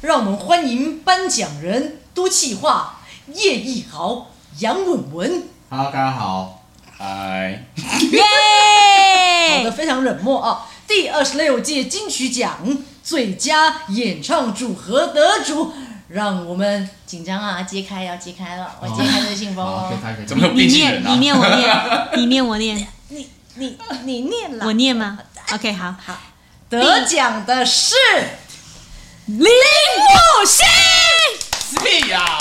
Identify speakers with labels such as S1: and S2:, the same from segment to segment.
S1: 让我们欢迎颁奖人都气化叶一豪、杨文文。
S2: Hello，大家好，嗨，
S1: 好的，
S3: 耶！
S1: 非常冷漠啊。第二十六届金曲奖最佳演唱组合得主，让我们
S3: 紧张啊，揭开要揭开了，我
S2: 哦
S3: 揭开这信封
S2: 好，
S3: 哦
S2: 可以。开始。
S4: 怎么有
S3: 你
S4: 变性人
S3: 念，
S4: 啊
S3: 你？念，我念，你念，我念，
S1: 你你你念了
S3: 我念吗？OK，好，好。
S1: 得奖的是
S3: 林木星，
S4: 屁呀！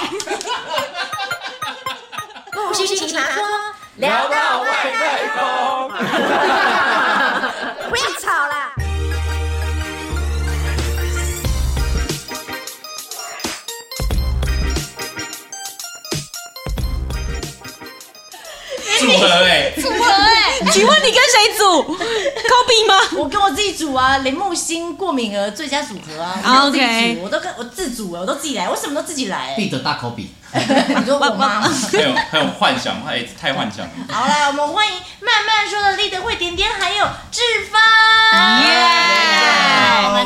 S3: 木星星茶
S4: 聊到外太空。
S3: 不要吵啦！
S4: 组合
S2: 欸
S4: 哎，
S3: 组合哎，请问你跟谁 组？Kobe 吗？
S1: 我跟我自己组啊，林木星、郭敏儿最佳组合啊
S3: 啊
S1: 我跟我自己
S3: OK
S1: 组我都跟我自组啊，我都自己来，我什么都自己来、
S2: 闭着大口比，
S1: 你说我妈吗？
S4: 还有还有幻想，哎，太幻想了。
S1: 好啦，我们欢迎慢慢说的立德会点点，还有志芳。
S3: 耶！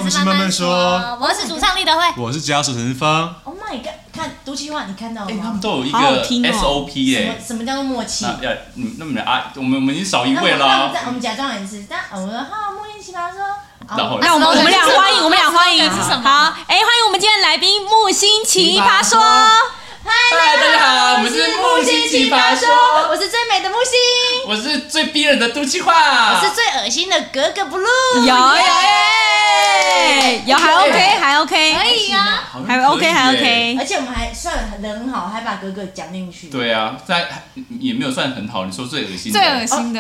S5: 我是慢慢说，
S3: 我是主唱立德会，
S5: 我是家属陈芳，
S1: Oh my god！看毒气话，你看到了
S4: 哎，他
S1: 吗
S4: 们？都有一
S3: 好好
S4: 个
S3: 听哦
S4: SOP
S1: 什
S4: 哎
S1: 么。什么叫做默契？
S4: 那要嗯那你们啊，我们我们已经少一
S1: 那我
S4: 位
S1: 们那我们
S4: 啦
S1: 再。我们假装一次，但我们好，莫名其妙说，
S4: 然后
S3: 啊那我们我们俩欢迎，我们俩欢迎，
S6: 是什么
S3: 好，哎，欢迎我们今天的来宾木星奇葩说，
S4: 嗨，大家
S3: 哦
S4: 好，我们是木星奇葩说，
S1: 我是最美的木星，
S4: 我是最逼人的杜气化，
S1: 我是最恶心的格格不入。
S3: 有有
S6: 哎
S3: 有，有还 OK 还 OK，
S6: 可以啊，
S4: 好像
S3: 还
S4: 可以
S3: OK 还
S4: 耶
S3: OK，
S1: 而且我们还算人很好，还把格格讲进去。
S4: 对啊，在也没有算很好，你说最恶心的，
S6: 最恶心的，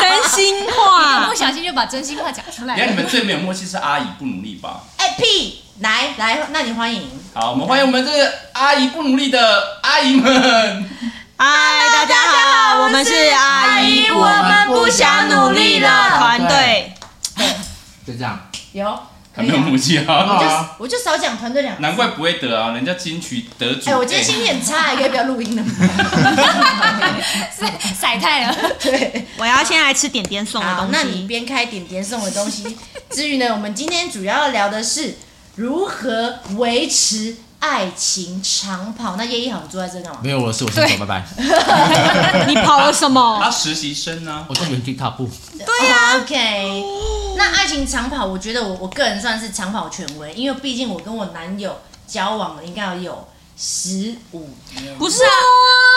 S3: 真心话
S6: 不。小心就把真心话讲出来
S4: 你看哎你
S6: 了。
S4: 们最没有默契是阿姨不努力吧？
S1: 哎屁，来来，那你欢迎。
S4: 好，我们欢迎我们这个阿姨不努力的阿姨们。
S3: 嗨，大家好，我们是阿姨，
S1: 我们
S3: 不想努力了团队。
S2: 就这样。
S1: 有，可
S4: 很
S1: 以
S4: 没有
S1: 啊
S4: 默契
S1: 我
S3: 哎
S4: 啊！
S1: 就我就少讲团队两个字。
S4: 难怪不会得啊，人家金曲得主。
S1: 哎，我今天心情很差，可以不要录音了吗？
S6: 晒太了，
S1: 对，
S3: 我要先来吃点点送 的
S1: 好，
S3: 东
S1: 那你
S3: 西。
S1: 边开点点送的东西 之余呢，我们今天主要要聊的是如何维持爱情长跑。那叶一航坐在这干嘛？
S2: 没有我的事，我先走，拜拜。
S3: 你跑了什么？
S4: 他实习生啊呢、
S2: 我在原地踏步，
S1: 对呀、o k 哦那爱情长跑，我觉得我我个人算是长跑权威，因为毕竟我跟我男友交往了应该有十五年。
S3: 不是啊，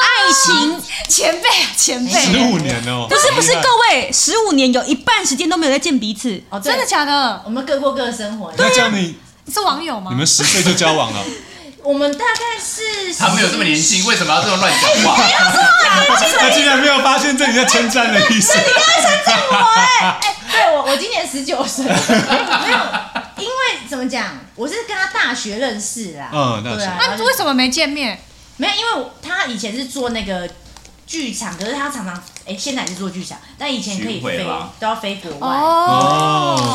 S3: 爱情
S6: 前辈啊，前辈，
S5: 十五年哦，
S3: 不是不是，各位，十五年有一半时间都没有在见彼此。
S1: 哦，对
S6: 真的，假的？
S1: 我们各过各的生活。
S5: 那这样你
S6: 是网友吗
S5: 你？们十岁就交往了，
S1: 我们大概是
S4: 他没有这么年轻，为什么要这么乱讲话？
S5: 他竟然没有发现这里在称赞的意思，
S1: 哎对我，我今年十九岁， 哎没有，因为怎么讲，我是跟他大学认识啦。
S5: 嗯大学
S1: 对啊，然后
S6: 那
S1: 就
S6: 为什么没见面？
S1: 没有，因为我他以前是做那个剧场，可是他常常哎、现在也是做剧场，但以前可以
S4: 巡回
S1: 飞
S4: 吧，
S1: 都要飞国外，所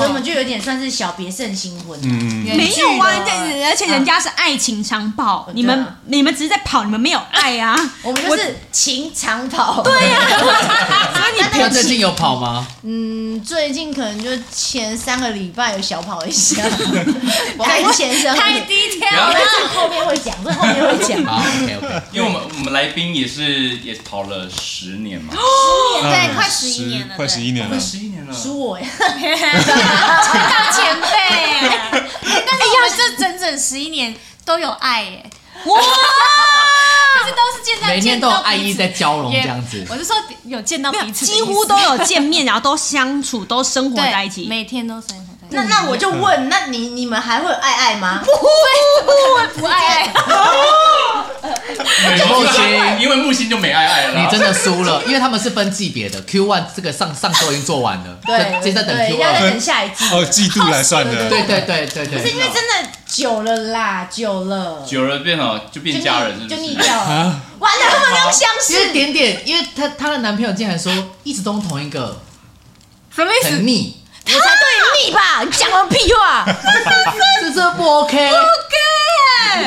S1: 以我
S6: 哦，
S1: 们就有点算是小别胜新婚。
S5: 嗯，
S6: 远
S3: 没
S6: 距
S3: 有啊，
S6: 的
S3: 人家而且人家是爱情长跑，
S1: 对啊
S3: 你们你们只是在跑，你们没有爱 啊。
S1: 我们就是情长跑，对 呀、
S2: 他最近有 跑吗？
S1: 嗯，最近可能就前三个礼拜有小跑一下， 我跟先生，
S6: 太低调
S4: 不
S6: 了
S4: 要，
S1: 但是后面会讲，这后面会讲，
S2: 好，OK OK。
S4: 因为我们我们来宾也是也跑了十年嘛，
S5: 对
S6: 哎快11年了
S5: 快
S6: 对
S5: 十一年了
S4: 快，十一年了。
S1: 输我呀。
S6: 大前辈啊。但是我们这整整十一年都有爱耶，
S3: 哇，
S6: 但是都是见到
S2: 每天都有爱意
S6: 见到
S2: 在交融
S6: 彼
S2: 这
S6: 此
S2: 样子
S6: 也，我是说有见到
S3: 没有
S6: 彼此的意思，
S3: 几乎都有见面，然后都相处，都生活
S6: 对
S3: 在一起。
S6: 每天都生活在一起。
S1: 那那我就
S4: 嗯
S1: 问，那你你们还会有爱爱吗？
S6: 不爱爱，
S4: 对
S2: 木星
S4: 因为木星就没爱爱了。
S2: 你真的输了，因为他们是分季别的，Q one 这个上上周已经做完了，
S1: 对，
S2: 接着等
S1: 对，
S2: Q
S1: 要再
S2: 二。
S1: 等下一季。
S5: 哦，季度来算的，
S2: 对对对对
S1: 不是
S2: 对
S1: 因。为真的久了啦，久了，
S4: 久了变好就
S1: 就
S4: 变
S1: 腻
S4: 家人，是不
S1: 就腻
S4: 是？
S1: 掉
S5: 啊
S1: 了。完了，他们刚相
S2: 因为
S1: 识，
S2: 点点，因为她她的男朋友竟然说一直都用同一个，
S6: 什么意思？
S2: 很腻，
S1: 我才对你腻吧？你讲完屁话，
S2: 这这不 OK。啊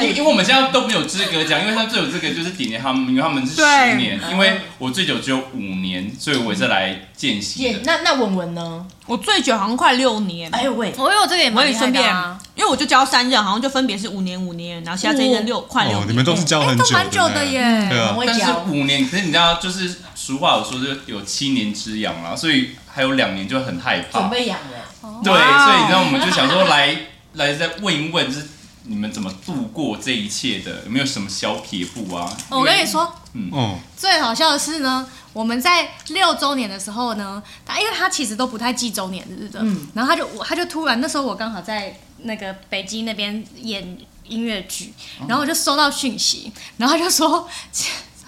S4: 因因为我们现在都没有资格讲，因为他最有资格就是点点他们，因为他们是十年，因为我最久只有五年，所以我也是来见习
S1: 姐
S4: 的。
S1: 那那文文呢？
S3: 我最久好像快六年，
S1: 哎呦喂，
S6: 我有这个也
S3: 我
S6: 蛮
S3: 也
S6: 厉害
S3: 顺
S6: 的
S3: 便
S6: 啊，，
S3: 因因为我就交三任，好像就分别是五年五年，然后其他这一任六快六嗯
S5: 哦，
S3: 年。
S5: 你们都是交很
S6: 哎都
S5: 久，
S6: 蛮久的。耶。
S1: 很
S5: 对啊，
S1: 会
S4: 但是
S1: 教。
S4: 五年，可是你知道，就是俗话有说，就是有七年之痒啦，所以还有两年就很害
S1: 准
S4: 怕。
S1: 备养了，
S4: 对，
S3: 哇哦
S4: 所以你知道，我们就想说来 来再问一问，就是你们怎么度过这一切的？有没有什么小撇步啊？
S6: 哦我跟你，说，
S5: 哦，
S6: 最好笑的是呢，我们在六周年的时候呢，他因为他其实都不太记周年日的，然后他就我他就突然那时候我刚好在那个北京那边演音乐剧，然后我就收到讯息，然后他就说。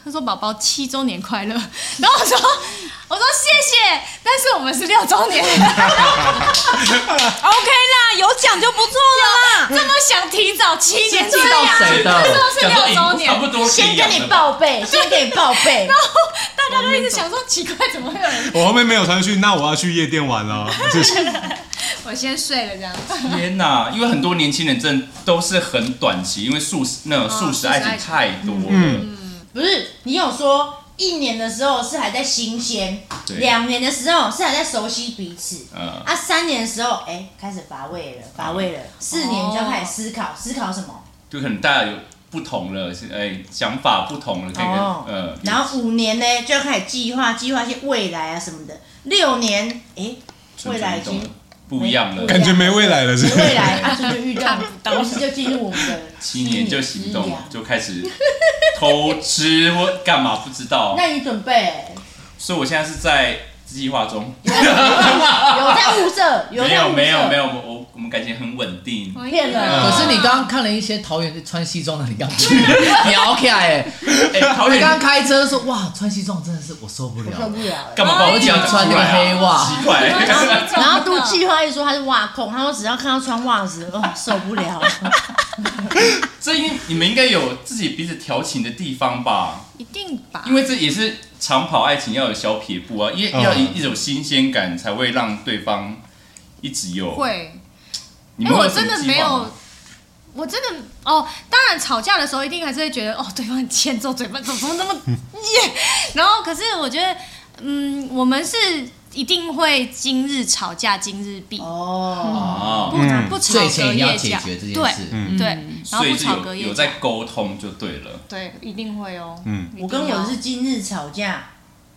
S6: 他说：“宝宝七周年快乐。” 然后我说：“我说谢谢，但是我们是六周年，
S3: OK 啦，有奖就不错了啦。
S6: 这么想提早七年
S2: 是
S6: 这
S2: 寄到
S6: 样，
S2: 谁的
S6: 这是
S4: 讲说
S6: 六周
S4: 已经哎
S6: 年
S4: 差。不多可
S1: 先
S4: 以啊
S1: 跟
S4: 养
S1: 你
S4: 了吧。
S1: 报备，先给你报备。
S6: 大家都一直想说奇怪，怎么会有人？
S5: 我后面没有传出去，那我要去夜店玩 了。就是
S6: 我先睡了这样。
S4: 天哪！因为很多年轻人真的都是很短期，因为素食那种素
S6: 哦
S4: 食
S6: 素食
S4: 爱
S6: 爱
S4: 情
S6: 情
S4: 太多了。
S1: 不是，你有说一年的时候是还在新鲜，
S4: 对
S1: 两年的时候是还在熟悉彼此，
S4: 嗯
S1: 啊，三年的时候哎、开始乏味了，乏味了，四年就要开始思考，思考什么？
S4: 就可能大家有不同了，是哎想法不同了，可以跟、
S1: 哦，
S4: 呃，
S1: 然后五年呢就要开始计划，计划一些未来啊什么的。六年哎、未来已经
S4: 不一样了
S1: 没，
S5: 感觉没未来了，是不是？
S1: 未来啊，这就遇到，于是就进入我们的
S4: 七年就行
S1: 之
S4: 动
S1: 痒，
S4: 就开始偷吃或干嘛不知道，
S1: 那你准备
S4: 所以我现在是在计划中，
S1: 有在物色，有
S4: 没
S1: 在物
S4: 有
S1: 色，
S4: 没有没有，我我我们感情很稳定，
S6: 嗯
S1: 骗人。
S2: 可是你刚刚看了一些桃园穿西装的，你刚 去聊起来哎，
S4: 哎、桃
S2: 他
S4: 园
S2: 刚刚开车说哇，穿西装真的是我受不
S1: 受
S2: 了
S1: 不。了了。
S4: 干嘛把我
S6: 哎
S4: 讲
S2: 穿那
S4: 出
S2: 个
S4: 来啊
S2: 黑袜
S4: 奇怪、
S6: 啊
S1: 然后都计划一说他是袜控，他说只要看到穿袜子，哦，受不 了了。
S4: 这应你们应该有自己彼此调情的地方吧？
S6: 一定吧？
S4: 因为这也是长跑爱情要有小撇步啊，因为
S5: 嗯
S4: 要一一种新鲜感才会让对方一直有。
S6: 会，
S4: 你
S6: 哎、
S4: 们会
S6: 我
S4: 有什么
S6: 真的
S4: 计划
S6: 没有
S4: 吗，
S6: 我真的哦。当然吵架的时候一定还是会觉得哦，对方很欠揍，嘴巴 怎么怎么那么耶。 然后可是我觉得，嗯，我们是一定会今日吵架今日毕，
S1: 哦，
S4: 啊
S6: 不、
S5: 嗯
S6: 不吵
S2: 睡前
S6: 隔
S2: 一定要
S6: 夜
S2: 解
S6: 架，
S2: 决这件
S6: 对
S2: 事。
S5: 嗯
S6: 对
S3: 嗯，
S4: 所
S6: 然后不
S4: 以是
S6: 吵
S4: 有
S6: 隔
S4: 有
S6: 夜
S4: 在
S6: 架，
S4: 沟通就对了。
S6: 对，一定会哦。
S5: 嗯
S6: 一定
S1: 我跟我
S6: 要
S1: 是今日吵架，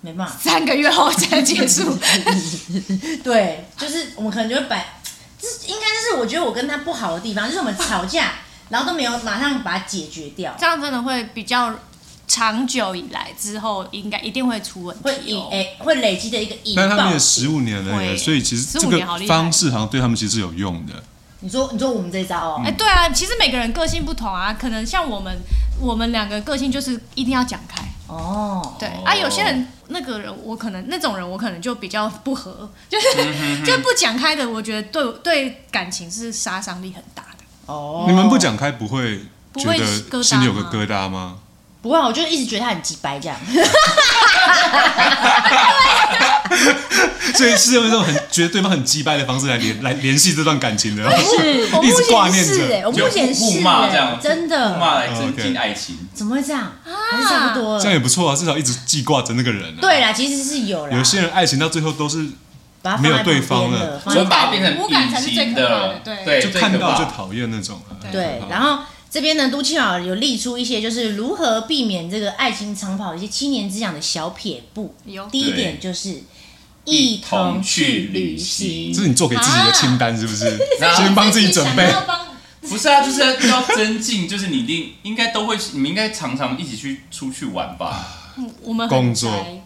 S1: 没办法。
S6: 三个月后才结束，
S1: 对，就是我们可能就会摆，这应该就是我觉得我跟他不好的地方，就是我们吵架，然后都没有马上把它解决掉，
S6: 这样真的会比较长久以来之后应该一定会出问题、哦，
S1: 会引诶、会累积的一个引爆
S5: 但。他们也十五年了耶，
S6: 会
S5: 所以其实这
S6: 15
S5: 个
S6: 年好厉害
S5: 方式好像对他们其实是有用的。
S1: 你说你说我们这一招哦，
S6: 哎、对啊，其实每个人个性不同啊，可能像我们，我们两个个性就是一定要讲开。
S1: 哦，
S5: 嗯
S6: 对、
S4: 哦
S6: 啊，有些人那个人，我可能那种人，我可能就比较不合，就是、 就不讲开的，我觉得对对感情是杀伤力很大的。
S1: 哦，
S5: 你们不讲开不会
S6: 不
S5: 觉
S6: 会
S5: 得
S6: 疙瘩
S5: 心里有个
S6: 吗
S5: 疙瘩吗？
S1: 不会啊，我就一直觉得他很鸡掰这样。
S5: 所以是用一种很觉得对方很击败的方式来联来联系这段感情的。
S1: 我目
S5: 一直挂
S1: 前
S5: 念着
S1: 是哎、
S6: 呃
S1: 我目前
S4: 就互
S1: 是
S4: 骂
S1: 哎、
S4: 这样
S1: 真
S4: 互
S1: 的，
S4: 骂来增进爱情，
S1: 怎么会这样？还是差不多
S5: 这样
S1: 了。
S5: 也不错啊，至少一直记挂着那个人、啊。
S1: 对，啦，其实是有啦，
S5: 有些人爱情到最后都是
S1: 把它
S5: 没有
S1: 放在
S5: 对
S1: 旁
S5: 方
S1: 边
S5: 了
S1: 了，放在
S4: 我把它变成
S6: 无感
S4: 隐
S6: 才是最
S4: 形
S6: 可怕的
S4: 对
S6: 对
S5: 就
S4: 最
S5: 看
S4: 可
S5: 到
S4: 怕
S5: 就讨厌那种啊了。
S1: 对，然
S5: 后
S1: 后这边呢，都庆老有列出一些就是如何避免这个爱情长跑一些七年之痒的小撇步。
S6: 有
S1: 第一点就是一同去旅行。
S5: 这是你做给自己的清单是不是？
S4: 啊
S5: 先帮自己准备。
S6: 想要帮
S4: 不是啊，就是要增进，就是你一定应该都会，你们应该常常一起去出去玩吧，
S6: 我们很
S5: 工作
S6: 宅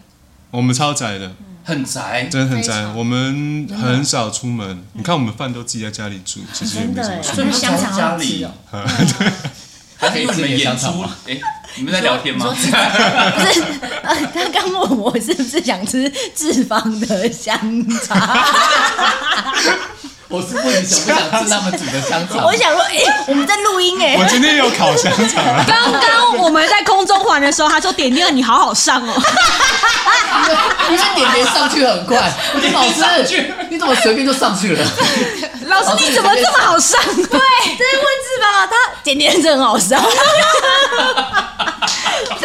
S5: 我们超宅的，
S4: 很宅，
S5: 真的很
S6: 非
S5: 宅，
S6: 常
S5: 我们很少出门。你看我们饭都自己在家里煮，其实也
S1: 真
S5: 没
S1: 的
S5: 什么
S1: 哎，
S5: 出
S1: 你
S5: 门。
S1: 们香肠
S4: 家
S1: 好吃
S4: 里
S1: 哦，，
S4: 还是因为你们演出
S2: 你，
S4: 哎，你们在聊天吗？
S1: 不是？呃他刚问我是不是想吃脂肪的香肠，
S2: 我是问你想不想吃他们煮的香肠
S1: 我？想说，哎，我们在录音哎
S5: 我，今天有烤香肠 啊，
S3: 刚刚我们在空中环的时候，他说：“点点，你好好上哦。
S2: 因为点点上去很快，我说老师，你怎么随便就上去了？”
S3: 老师，你怎么这么好上？ 对，
S1: 这是问脂肪啊，他点点真好笑，真的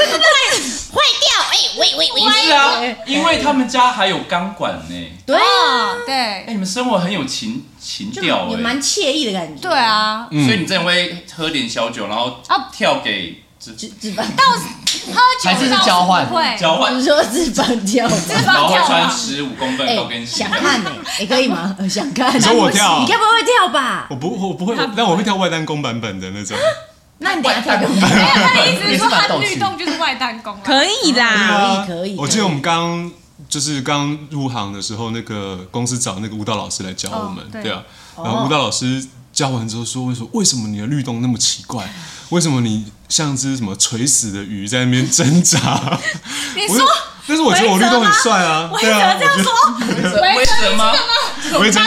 S1: 坏掉哎，喂喂喂
S4: 不是啊，
S5: 欸
S4: 因为他们家还有钢管呢、
S1: 对啊，
S6: 啊，对
S4: 哎、你们生活很有情情
S1: 就
S4: 调
S1: 也
S4: 哎、
S1: 蛮惬意的感觉。
S6: 对，啊，
S4: 所以你真的会喝点小酒，然后
S1: 哦
S6: 啊
S4: 跳给只
S1: 纸纸板，
S6: 喝酒
S2: 还是是
S6: 倒
S2: 交换
S6: 不会，
S4: 交换
S1: 你，说纸板 跳吗？
S6: 是
S4: 然后
S6: 放
S4: 会
S6: 跳
S4: 穿
S6: 啊，
S4: 十五公分
S1: 哎
S4: 高跟鞋
S1: 想。看呢？哎，可以 吗？呃想看？
S5: 你说我跳
S1: 你该不会会跳吧？
S5: 我不我不会，但我会跳外单工版本的那种。
S1: 那你等一下 跳给我
S6: 没
S1: 们。
S6: 有他的意思
S2: 也
S6: 是
S2: 是
S6: 说
S2: 蛮
S6: 他
S2: 逗趣
S6: 律动就是外弹弓啊，
S3: 可以啦。
S5: 啊
S1: 可以可以
S5: 我记得我们刚就是刚入行的时候，那个公司找那个舞蹈老师来教我们，
S6: 哦对
S5: 对啊。然后舞蹈老师教完之后说：“为什么为什么你的律动那么奇怪？为什么你像只什么垂死的鱼在那边挣扎？”
S6: 你
S5: 我
S6: 说
S5: 就但是我觉得我律动很帅啊，对啊，我觉
S4: 为什么？
S5: 得我一直啊，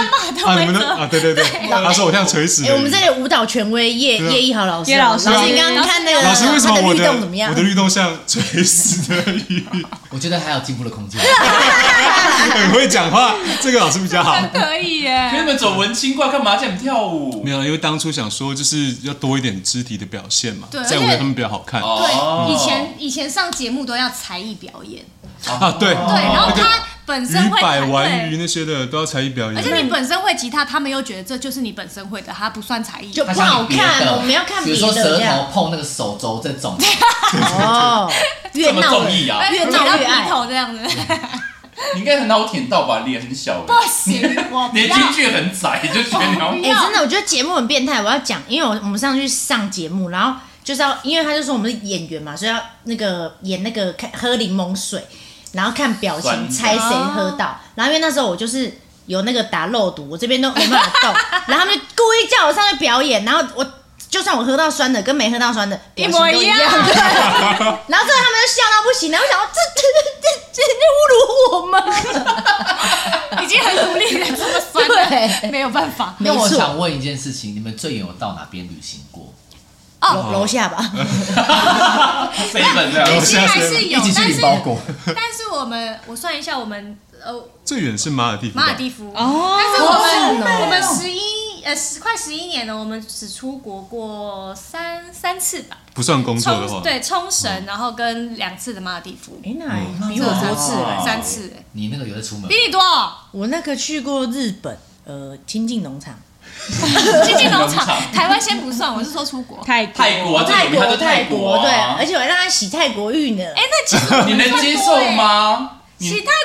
S5: 你们都啊，对对对，他说我像垂死
S1: 哎，我
S5: 的鱼
S1: 们。这里舞蹈权威叶
S5: 对啊
S1: 叶一豪老师，
S3: 叶老师
S1: 老师，你刚刚看那个
S5: 老师，为什么
S1: 他的
S5: 我
S1: 律
S5: 的
S1: 动怎么样
S5: 我的？律动像垂死的 鱼？
S2: 我觉得还有进步的空间。
S5: 很会讲话，这个老师比较好。
S6: 可以
S4: 因为
S6: 耶，
S4: 你们走文青挂，干嘛叫你们跳舞
S5: 没？有，啊因为当初想说就是要多一点肢体的表现嘛，
S6: 对
S5: 这样我觉得他们比较好看
S4: 哦
S6: 对，以前以前上节目都要才艺表演，
S5: 啊。对对，
S6: 对，然后
S5: 那个
S6: 他本身
S5: 鱼
S6: 会
S5: 摆
S6: 对
S5: 玩鱼那些的都要才艺表
S6: 而
S5: 演，
S6: 且你本身会吉他，他们又觉得这就是你本身会的，它不算才艺。
S1: 就
S2: 他
S1: 不
S2: 想
S1: 好
S2: 你别的
S1: 看，我们要看
S2: 比
S1: 别
S2: 如说
S1: 的
S2: 舌
S1: 这
S2: 头
S1: 样。
S2: 碰那个手肘这 种，
S1: 哦，越
S4: 这么
S1: 闹
S4: 中
S1: 人
S4: 意啊？
S1: 越
S6: 比
S1: 闹
S6: 较
S1: 越
S6: 低
S1: 爱。
S6: 头这样子，
S4: 你应该很好舔到吧？脸很小
S6: 不
S4: 欸，
S6: 行，我不
S4: 你的
S6: 要。
S4: 京剧很窄，就觉得你 要
S1: 哎、真的，我觉得节目很变态。我要讲，因为我我们上去上节目，然后就是要，因为他就说我们是演员嘛，所以要那个演那个看喝柠檬水，然后看表情
S4: 酸
S1: 猜谁喝到。然后因为那时候我就是有那个打肉毒，我这边都没办法动， 然后他们就故意叫我上去表演，然后我。就算我喝到酸的，跟没喝到酸的
S6: 一模
S1: 表情都一
S6: 一 样
S1: 对。然后最后他们就笑到不行，然后我想说，这这这这这侮辱我们，
S6: 已经很努力了，这么酸
S1: 对
S6: 了，没有办法。
S1: 没
S2: 那我
S1: 错，
S2: 想问一件事情，你们最远有到哪边旅行过？
S1: 哦
S6: 嗯
S1: 楼楼下吧。
S4: 谁本这样？
S5: 我
S6: 其实
S5: 现在
S6: 还
S5: 是
S6: 是有，
S2: 一起去
S6: 但
S2: 领
S6: 是
S2: 包裹，
S6: 但是我们我算一下，我们呃
S5: 最远是马尔蒂夫吧，
S6: 马尔蒂夫，
S3: 哦
S6: 但是我
S1: 好
S6: 们
S1: 赞哦
S6: 我们十一呃十快十一年了，我们只出国过三三次吧，
S5: 不算工作的话
S6: 冲，对冲绳，然后跟两次的马尔蒂夫，
S1: 哎、那那比
S6: 这
S1: 我
S6: 有
S4: 哦
S1: 多
S6: 三
S1: 次
S6: 次
S1: 了。
S6: 欸，三次欸，
S2: 你那个有在出门
S6: 比？你多。哦
S1: 我那个去过日本，呃，亲近农场，
S6: 经济农
S4: 农
S6: 场
S4: 场，
S6: 台湾先不算，我是说出国。
S3: 泰
S4: 泰国啊，这
S1: 泰
S4: 里面他
S1: 国
S4: 就泰
S1: 泰
S4: 国
S1: 国对，
S4: 啊
S1: 而，且我还让他洗泰国浴呢。
S6: 哎，那其实我
S4: 你能接受吗？
S6: 洗泰国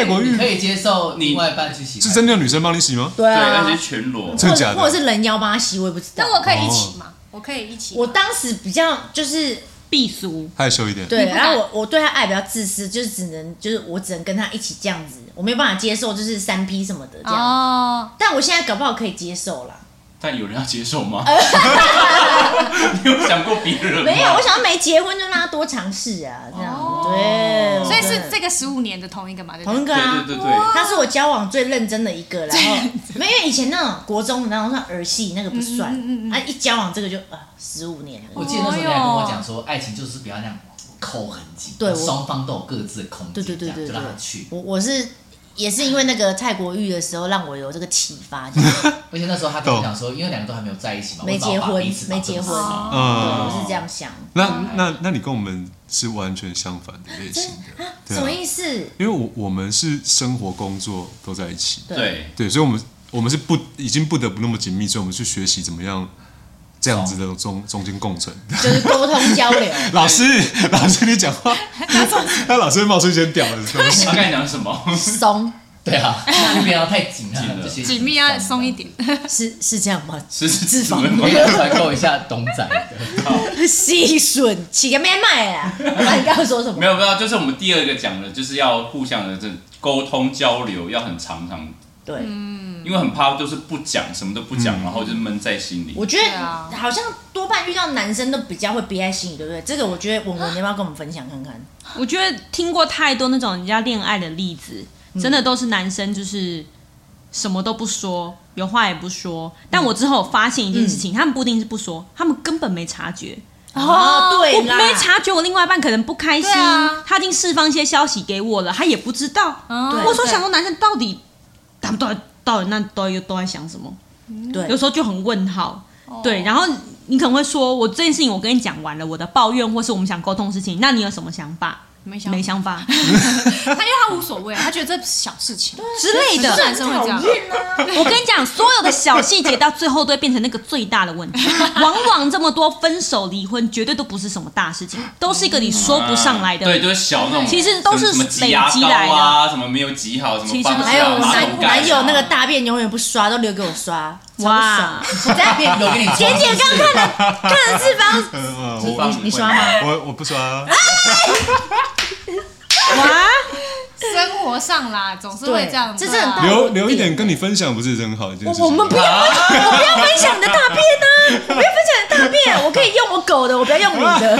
S5: 泰国
S2: 你
S1: 嗯
S5: 浴
S2: 可以接受另外一半去洗
S5: 是真的有女生帮你洗吗？
S1: 对
S4: 对，
S1: 啊，
S4: 而且全裸。
S5: 真
S1: 或
S5: 的假
S1: 者
S5: 的
S1: 或者是人妖帮他洗，我也不知道
S6: 那。我可以一
S4: 哦
S6: 起吗？我可以一起吗。
S1: 我当时比较就是
S3: 避俗，
S5: 害羞一点，
S1: 对，
S6: 你不敢
S1: 然后我我对他爱比较自私，就是只能就是我只能跟他一起这样子，我没有办法接受就是三 P 什么的这样。
S6: 哦，
S1: 但我现在搞不好可以接受啦。
S4: 但有人要接 受吗？你有想过别人吗？
S1: 没有，我想要没结婚就让他多尝试啊，这样、对。
S6: 哦所以
S1: 对
S6: 是这个十五年的同一个嘛？对不
S1: 同
S6: 对
S1: 一个
S4: 对
S1: 啊，
S4: 对对对，
S1: 他是我交往最认真的一个，然后没有因为以前那种国中的那种算儿戏，那个不算，
S6: 嗯嗯嗯嗯
S1: 啊，一交往这个就啊十五年
S2: 我
S1: 了，
S2: 记得那时候你还跟我讲说，爱情就是不要那样扣很紧，
S1: 对我
S2: 双方都有各自的空间，
S1: 对对对对
S2: 这样
S1: 对
S2: 就让他去。
S1: 我我是也是因为那个泰国浴的时候让我有这个启发，就是
S2: 而且那时候他跟我讲说，因为两个都还没有在一起嘛，
S1: 没
S2: 我只好
S1: 结
S2: 把
S1: 婚
S2: 彼此
S1: 没结
S2: 绑住
S1: 婚
S2: 死
S6: 哦
S1: 我
S5: 嗯，
S1: 是这样想，
S5: 那那那你跟我们是完全相反的类型的，对
S1: 什
S5: 啊
S1: 么，意思？
S5: 因为我我们是生活工作都在一起，
S4: 对，
S5: 对，所以我们我们是不已经不得不那么紧密，所以我们去学习怎么样这样子的中中间共存。
S1: 就是沟通交流，
S5: 老师，老师你讲话，那老师会冒出一些屌的东 西。
S4: 他刚才讲什么？
S1: 松
S2: 对啊，就不要太紧
S4: 紧
S2: 了，
S4: 了
S2: 就先
S6: 紧密要松一。点，
S1: 是是这样吗？
S4: 是是
S1: 自 访
S2: 我要采购一下董仔 的，
S1: 吸吮起个咩卖啊？那你刚刚说什
S4: 没
S1: 么？
S4: 有没有，就是我们第二个讲的，就是要互相的这沟通交流，要很常常，
S1: 对，嗯
S4: 因为很怕就是不讲，什么都不讲，然后就闷在心里。
S1: 我觉得
S6: 啊
S1: 好像多半遇到男生都比较会憋在心里，对不对？这个我觉得文文你要不要跟我们分享看看？
S3: 我觉得听过太多那种人家恋爱的例子，真的都是男生就是什么都不说，有话也不说。但我之后发现一件事情，他们不一定是不说，他们根本没察觉。
S1: 哦，对
S3: 我
S1: 啦，
S3: 没察觉，我另外一半可能不开心，
S6: 对啊
S3: 他已经释放一些消息给我了，他也不知道。
S6: 哦
S3: 我说
S1: 对
S3: 想说，男生到底他们到底到底那到底都在想什么？
S1: 对
S3: 有时候就很问号。对，然后你可能会说，我这件事情我跟你讲完了，我的抱怨或是我们想沟通的事情，那你有什么想法？
S6: 没想
S3: 没想法
S6: 他，因为他无所谓，啊他觉得这是小事情，
S3: 之类的。
S6: 男生会啊这样。
S3: 我跟你讲，所有的小细节到最后都会变成那个最大的问题。往往这么多分手、离婚，绝对都不是什么大事情，都是一个你说不上来的。
S4: 啊对，都是小那种，
S3: 其实都是
S4: 什么
S3: 累
S4: 挤牙
S3: 积
S4: 膏
S3: 来的
S4: 啊，什么没有挤好，什么
S3: 其实都
S4: 放
S3: 是
S1: 还有
S4: 马
S1: 男
S4: 桶盖
S1: 男友
S4: 啊
S1: 那个大便永远不刷，都留给我刷，哇
S3: 哇！
S1: 我 在便
S4: 有给你
S1: 简姐刚看 了看了四 方，
S5: 嗯嗯
S4: 脂
S5: 我
S4: 肪
S1: 你你刷吗？
S5: 我我不刷啊，
S3: 哇，
S6: 生活上啦，总是会这样子
S1: 对
S6: 啊，
S1: 这是很大
S5: 留留一点跟你分享不是真好一件事情。
S1: 我们不要我不要分享你的大便呢、不要分享你的大便，我可以用我狗的，我不要用你 的。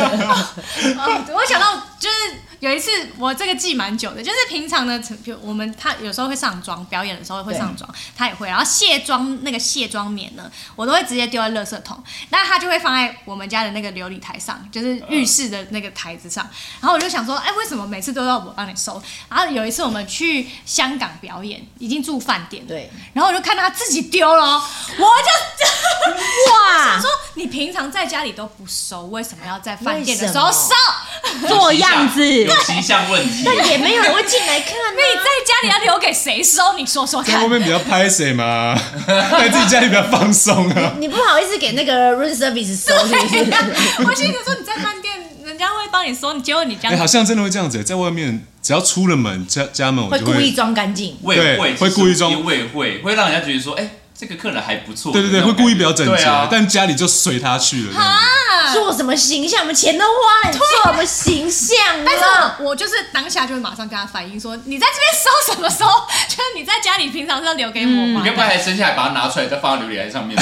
S6: 哦我想到就是有一次，我这个记蛮久的，就是平常的，比如我们他有时候会上妆，表演的时候会上妆，他也会。然后卸妆那个卸妆棉呢，我都会直接丢在垃圾桶，那他就会放在我们家的那个琉璃台上，就是
S1: 嗯
S6: 浴室的那个台子上。然后我就想说，哎，为什么每次都要我帮你收？然后有一次我们去香港表演，已经住饭店了，
S1: 对，
S6: 然后我就看到他自己丢了哦，我 就
S3: 哇
S6: 我说你平常在家里都不收，为什么要在饭店的时候
S1: 为什
S6: 收
S1: 么？
S3: 做样子
S4: 有形象问题。
S1: 但也没有人会进来看啊、
S6: 那你在家里要留给谁收？你说说
S5: 在
S6: 看
S5: 外。面比较拍谁嘛，在自己家里比较放松啊。
S1: 你不好意思给那个 room service 收是不
S6: 对
S1: 是？
S6: 呀、 我心里想说你在饭店，人家会帮你收，你结果你这
S5: 哎、
S6: 样，
S5: 好像真的会这样子、在外面只要出了门家家门，我
S1: 会
S5: 就
S1: 故意
S5: 会。
S1: 装干净。
S4: 会
S5: 对
S4: 会
S5: 会故意装
S4: 会会会让人家觉得说，哎、这个客人还不错。
S5: 对对对，
S4: 那种
S5: 会
S4: 感觉
S5: 故意比较整洁、
S4: 对啊，
S5: 但家里就随他去了这样子。
S6: 啊
S1: 做什么形象？我们钱都花了，你做什么形象
S6: 但是
S1: 了？
S6: 我我就是当下就会马上跟他反映说，你在这边收什么收？ 就是你在家里平常是要留给我吗
S5: 嗯
S4: 你？要不然还生下来把它拿出来，再放到榴莲上 面，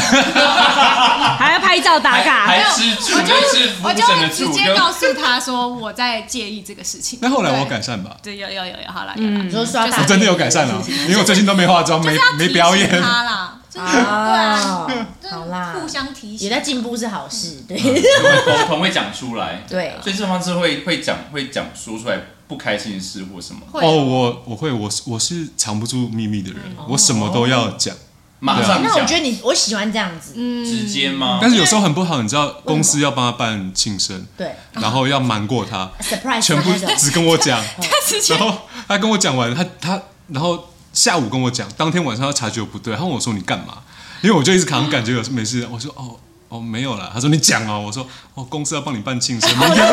S3: 还要拍照打卡，
S4: 还
S6: 有
S4: 吃住，
S6: 我就
S4: 就是服
S6: 我
S4: 务
S6: 就
S4: 生
S6: 会
S4: 的
S6: 直
S4: 住，
S6: 接告
S4: 就
S6: 诉他说我在介意这个事情。
S5: 那后来我
S6: 对
S5: 改善吧，
S6: 对有有有有好了，有啦
S1: 你说刷大
S5: 我
S1: 便
S5: 真的有改善了、因为我最近都没化妆，
S6: 就
S5: 没
S6: 是要
S5: 没
S6: 提
S5: 表
S6: 醒
S5: 演。
S6: 他啦，就是对啊，
S1: 啊
S6: 就是
S1: 好啦
S6: 互相提
S1: 有
S6: 醒。
S1: 在进步是好事，对
S5: 嗯
S4: 会沟通会讲出来。
S1: 对。
S3: 啊
S4: 所以这方式会会讲会讲说出来不开心的事或什
S3: 啊
S4: 么，
S6: 会
S5: 哦，我我会，我是我是藏不住秘密的人，我什么都要讲。
S4: 马上
S1: 那我觉
S4: 讲，
S1: 得你我喜欢这样子，
S4: 直接吗？
S5: 但是有时候很不好，你知道，公司要帮他办庆生，
S1: 对啊
S5: 然后要瞒过他，
S1: ，surprise
S5: 全部
S1: 那 种
S5: 只跟 我讲。
S6: 他之前
S5: 然后他跟我讲完，他他然后下午跟我讲，当天晚上他察觉我不对，他问我说你干嘛？因为我就一直扛，感觉有没事。我说哦哦没有啦。他说你讲哦，我说哦公司要帮你办庆生，明天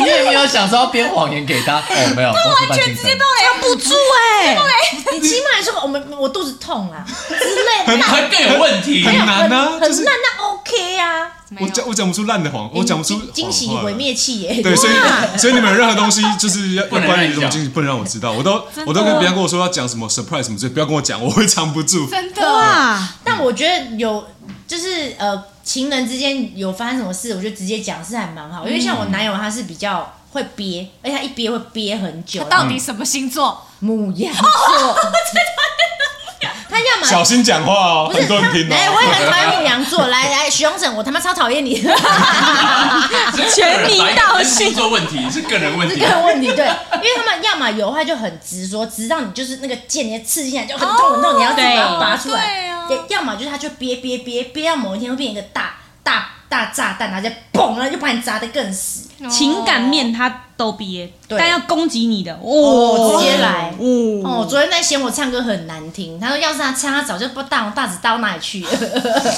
S2: 你也没有想说要编谎言给他， 哦，没有，
S1: 啊
S2: 公司办庆生，
S3: 要不住哎，
S1: 你起码说我们我肚子痛啦之类的，
S4: 还更有问题，
S5: 很
S1: 那
S5: 难啊，
S1: 很
S5: 就是
S1: 很烂那 OK 啊，
S6: 没
S5: 我
S6: 有
S5: 讲我讲不出烂的谎，我讲不出
S1: 惊惊喜
S5: 谎话
S1: 毁。灭器 耶，
S5: 对，所以所以你们有任何东西就是要
S4: 不能
S5: 要关
S4: 让
S5: 于
S4: 你
S5: 这
S4: 讲
S5: 种惊喜，不能让我知道。我都我都跟别人跟我说要讲什么 surprise 什么之类，不要跟我讲，我会藏不住。
S6: 真的
S3: 哇，
S1: 但我觉得有就是呃，情人之间有发生什么事，我就直接讲是还蛮好，因为像我男友他是比较会憋，而且他一憋会憋很久，
S6: 到底什么星座？
S1: 母羊座， 他要
S5: 小
S1: 么。
S5: 心讲话哦，
S1: 不是
S5: 很多
S1: 他
S5: 人，听
S1: 哎，我
S5: 哦。
S1: 也很讨厌母羊座。 来来，徐荣整，我他妈超讨厌你，
S3: 全民道歉
S4: 星座问题是个人问
S1: 这
S4: 题，
S1: 个问题对，因为他们要么有话就很直说，直到你就是那个剑你刺进来就很痛很痛，你要自己把它拔出
S6: 对
S1: 来
S6: 啊；
S1: 对，要么就是他就憋憋憋憋到某一天会变一个大大大炸弹，然后再嘣，然后就把你砸得更死。
S6: 哦
S3: 情感面他都憋，
S1: 对
S3: 但要攻击你的
S1: 哦，
S3: 哦，
S1: 直接来。
S3: 哦，
S1: 哦，昨天在嫌我唱歌很难听，他说要是他唱，他早就不知道大红大紫到哪里去了。
S2: 昨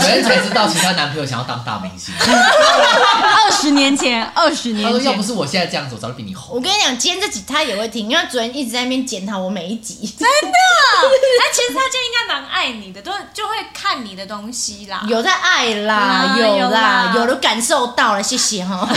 S2: 天才知道其实她男朋友想要当大明星。
S3: 二十年前，二十
S2: 他
S3: 年
S2: 说要不
S3: 前，
S2: 是我现在这样子，我早就比你红。
S1: 我跟你讲，今天这集他也会听，因为他昨天一直在那边检讨我每一集。
S6: 那其实他就应该蛮爱你的，都就会看你的东西啦。
S1: 有在爱啦，
S6: 啊
S1: 有
S6: 有
S1: 啦
S6: 啦，
S1: 有的感受到了，谢谢哈。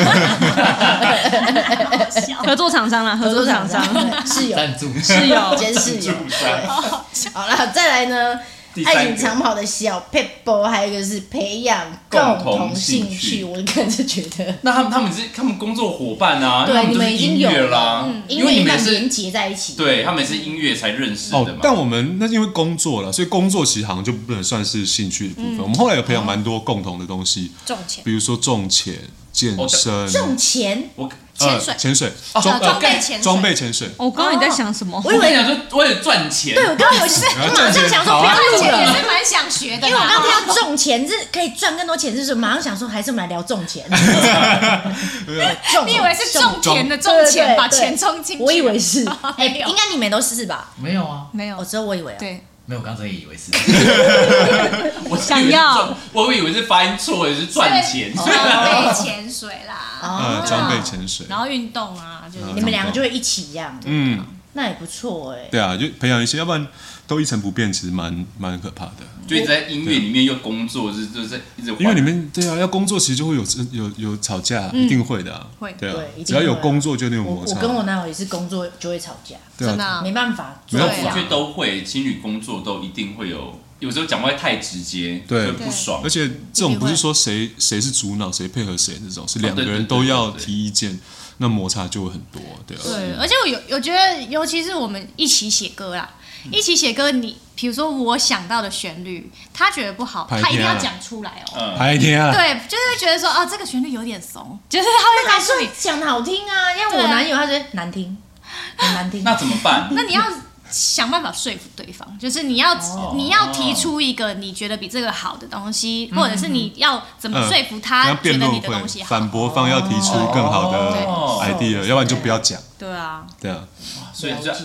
S3: 合作厂商啦，合作厂商
S1: 对是有，
S2: 赞助
S3: 是有，
S1: 真是哦有。
S4: 住山。
S1: 好了，再来呢
S4: 第，三个
S1: 爱情长跑的小 p e p l e 还有一个是培养
S4: 共同
S1: 同兴
S4: 兴趣
S1: 我个人是觉得，
S4: 那他们他们是他们工作伙伴啊，
S1: 对
S4: 他们
S1: 你
S4: 就是
S1: 们已经
S4: 音
S1: 有
S4: 乐啦，
S1: 因
S4: 为
S1: 为
S4: 你
S1: 你
S4: 们也
S1: 们连
S4: 是
S1: 结在一起，
S4: 对他们也是音乐才认识的
S5: 哦
S4: 嘛，。
S5: 但我们那是因为工作了，所以工作其实好像就不能算是兴趣的部分。我们后来有培养蛮多共同的东西，
S6: 重钱，
S5: 比如说种钱、健身。
S1: 挣钱
S4: 我
S6: 潜水
S5: 呃潜水
S4: 哦
S5: 装
S6: 呃装备
S5: 呃
S6: 潜水
S5: 装备潜水，
S3: 哦我刚刚你在想什么？
S1: 我以
S4: 我跟你
S1: 为
S4: 讲说，为了赚钱，
S1: 对我刚刚有是，我马上想说不要录
S6: 这也
S1: 了。
S6: 是蛮想学的啦，
S1: 因为我刚刚听到种钱是可以赚更多钱，就是马上想说，还是我们来聊种钱。种
S6: 你以为是种田的种钱，把钱充进去？
S1: 我以为是，哎，
S6: 没有
S1: 应该你们都是吧？
S2: 没有啊，
S6: 没有
S1: 我，只有我以为啊。
S6: 对，
S2: 没有，我刚才也以为是。
S4: 我
S3: 想要
S4: 以为是赚，我以为是发音错，也是赚钱。
S6: 装备潜哦水啦，
S1: 哦
S5: 呃，装备潜水，
S6: 啊然后运动啊，
S5: 哦
S6: 就是
S1: 你们两个就会一起这样，
S5: 嗯，
S1: 那也不错哎。
S5: 对啊，就培养一些，要不然都一成不变，其实蛮蛮可怕的。
S4: 就一直在音乐里面又工作，就是就是一直换
S5: 因为你们对啊，要工作其实就会有有有吵架，一定会的啊，
S6: 嗯会
S5: 对啊
S1: 对，一定会啊
S5: 只要有工作就一定有
S1: 我
S5: 摩
S1: 我
S5: 擦，
S1: 跟我男友也是工作就会吵架，
S5: 啊对
S6: 真的
S5: 啊，
S6: 啊
S1: 没办法，
S5: 没
S4: 夫
S5: 有
S1: 做不了
S4: 妻都会，情侣工作都一定会有，有时候讲话太直接，
S5: 对
S4: 会不爽
S5: 而。且这种不是说谁谁是主脑谁配合谁那种，是两个
S4: 对对
S5: 人
S4: 对
S5: 都
S4: 对
S5: 要
S4: 对
S5: 提意见，那摩擦就会很多，对啊，
S6: 对，而且我有我觉得，尤其是我们一起写歌啦，
S1: 嗯
S6: 一起写歌，你比如说我想到的旋律，他觉得不好，
S5: 拍
S6: 他一定
S5: 片啊
S6: 要讲出来哦。
S4: 嗯，
S5: 还一天啊，
S6: 对，就是会觉得说啊，这个旋律有点怂，就是他会
S1: 还
S6: 告诉
S1: 说
S6: 你，
S1: 讲得好听啊，因为我
S6: 对啊
S1: 男友他觉得难听，很难听。
S4: 那怎么办？
S6: 那你要想办法说服对方，就是你要、
S4: 哦
S6: 你要提出一个你觉得比这个好的东西，
S5: 嗯
S6: 或者是你要怎么说服他
S5: 然
S6: 觉
S5: 后嗯辩
S6: 得
S5: 论
S6: 你的
S5: 会
S6: 东西好。
S5: 反驳方要提出更好的
S4: 哦
S5: idea，要不然就不要讲，
S6: 对啊，
S5: 对啊，
S4: 所以就
S1: 了解，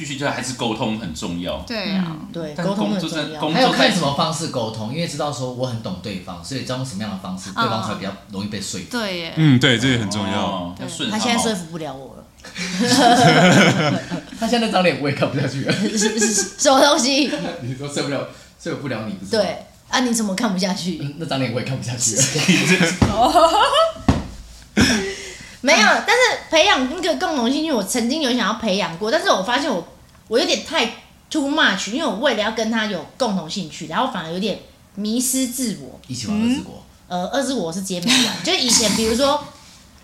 S4: 继续就还是沟通很重要。
S6: 对啊，
S5: 嗯
S1: 对，
S4: 但
S1: 沟通很
S4: 工作
S1: 重要
S4: 工。
S2: 还有看什么方式沟通，因为知道说我很懂对方，所以知道用什么样的方式，对方才比较容易被说服。
S6: 对耶。
S5: 嗯，对，这也很重要，
S4: 哦，要顺
S1: 他
S4: 毛
S1: 现在说服不了我了，
S2: 他现在那张脸我也看不下去了，
S1: 是是是什么东西？
S2: 你说受不了，受不了你不是吗，
S1: 对啊，你怎么看不下去？
S2: 嗯那张脸我也看不下去了。
S1: 没有，但是培养那个共同兴趣，我曾经有想要培养过，但是我发现我我有点太 too much，因为我为了要跟他有共同兴趣，然后反而有点迷失自我。
S2: 一起玩二之国，
S1: 呃，二是我是直接没玩， 就是以前比如说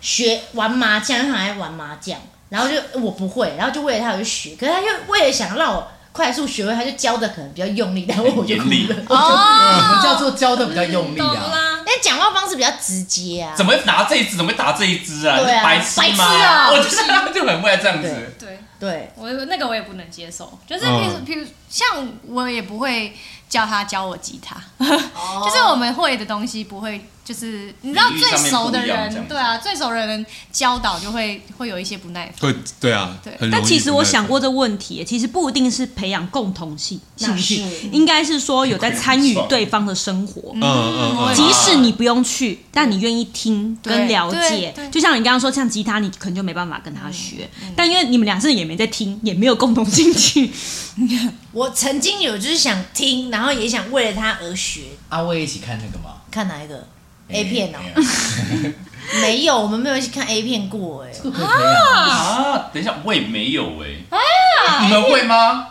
S1: 学玩麻将，他很爱玩麻将，然后就呃我不会，然后就为了他我就学，可是他就为了想让我快速学会，他就教的可能比较用力，但我就哭
S4: 很 严厉
S1: 了。
S2: 什么
S6: 哦，
S2: 啊叫做教的比较用力
S6: 懂
S2: 啊？
S6: 啦。
S1: 但讲话方式比较直接啊，
S4: 怎么会拿这一只？怎么会打这一只啊？
S1: 对啊
S4: 你白痴
S1: 白
S4: 吗？
S1: 痴啊
S4: 我就是他就很会这样
S1: 对
S4: 子。
S6: 对
S1: 对，
S6: 我那个我也不能接受，就是比如
S5: 嗯
S6: 比如像我也不会叫他教我吉他， 就是我们会的东西不会，就是你知道
S4: 哦领域
S6: 最
S4: 上面
S6: 熟
S4: 不
S6: 的
S4: 一样这样
S6: 人，
S4: 子
S6: 对啊，最熟的人教导就会会有一些不耐烦。
S5: 会，对啊
S6: 对，
S5: 很容易
S3: 但其实
S5: 不
S3: 我
S5: 耐
S3: 想
S5: 烦
S3: 过这问题，其实不一定是培养共同性兴趣
S1: 那是，
S3: 应该是说有在参与对方的生活。
S5: 嗯嗯
S3: 即使你不用去，但你愿意听跟了
S6: 对
S3: 解
S6: 对对。嗯
S3: 就像你刚刚说，像吉他，你可能就没办法跟他学，但因为你们俩是也没在听，也没有共同兴 趣，
S1: 我曾经有就是想听，然后也想为了他而学，
S2: 阿威一起看那个嘛哎
S1: 看哪一个 A 片哦、
S2: 没 有
S1: 没有，我们没有一起看 A 片过哎、
S2: 这个可以培养
S4: 啊，等一下，我也没有哎、
S1: 啊
S4: 你们会吗？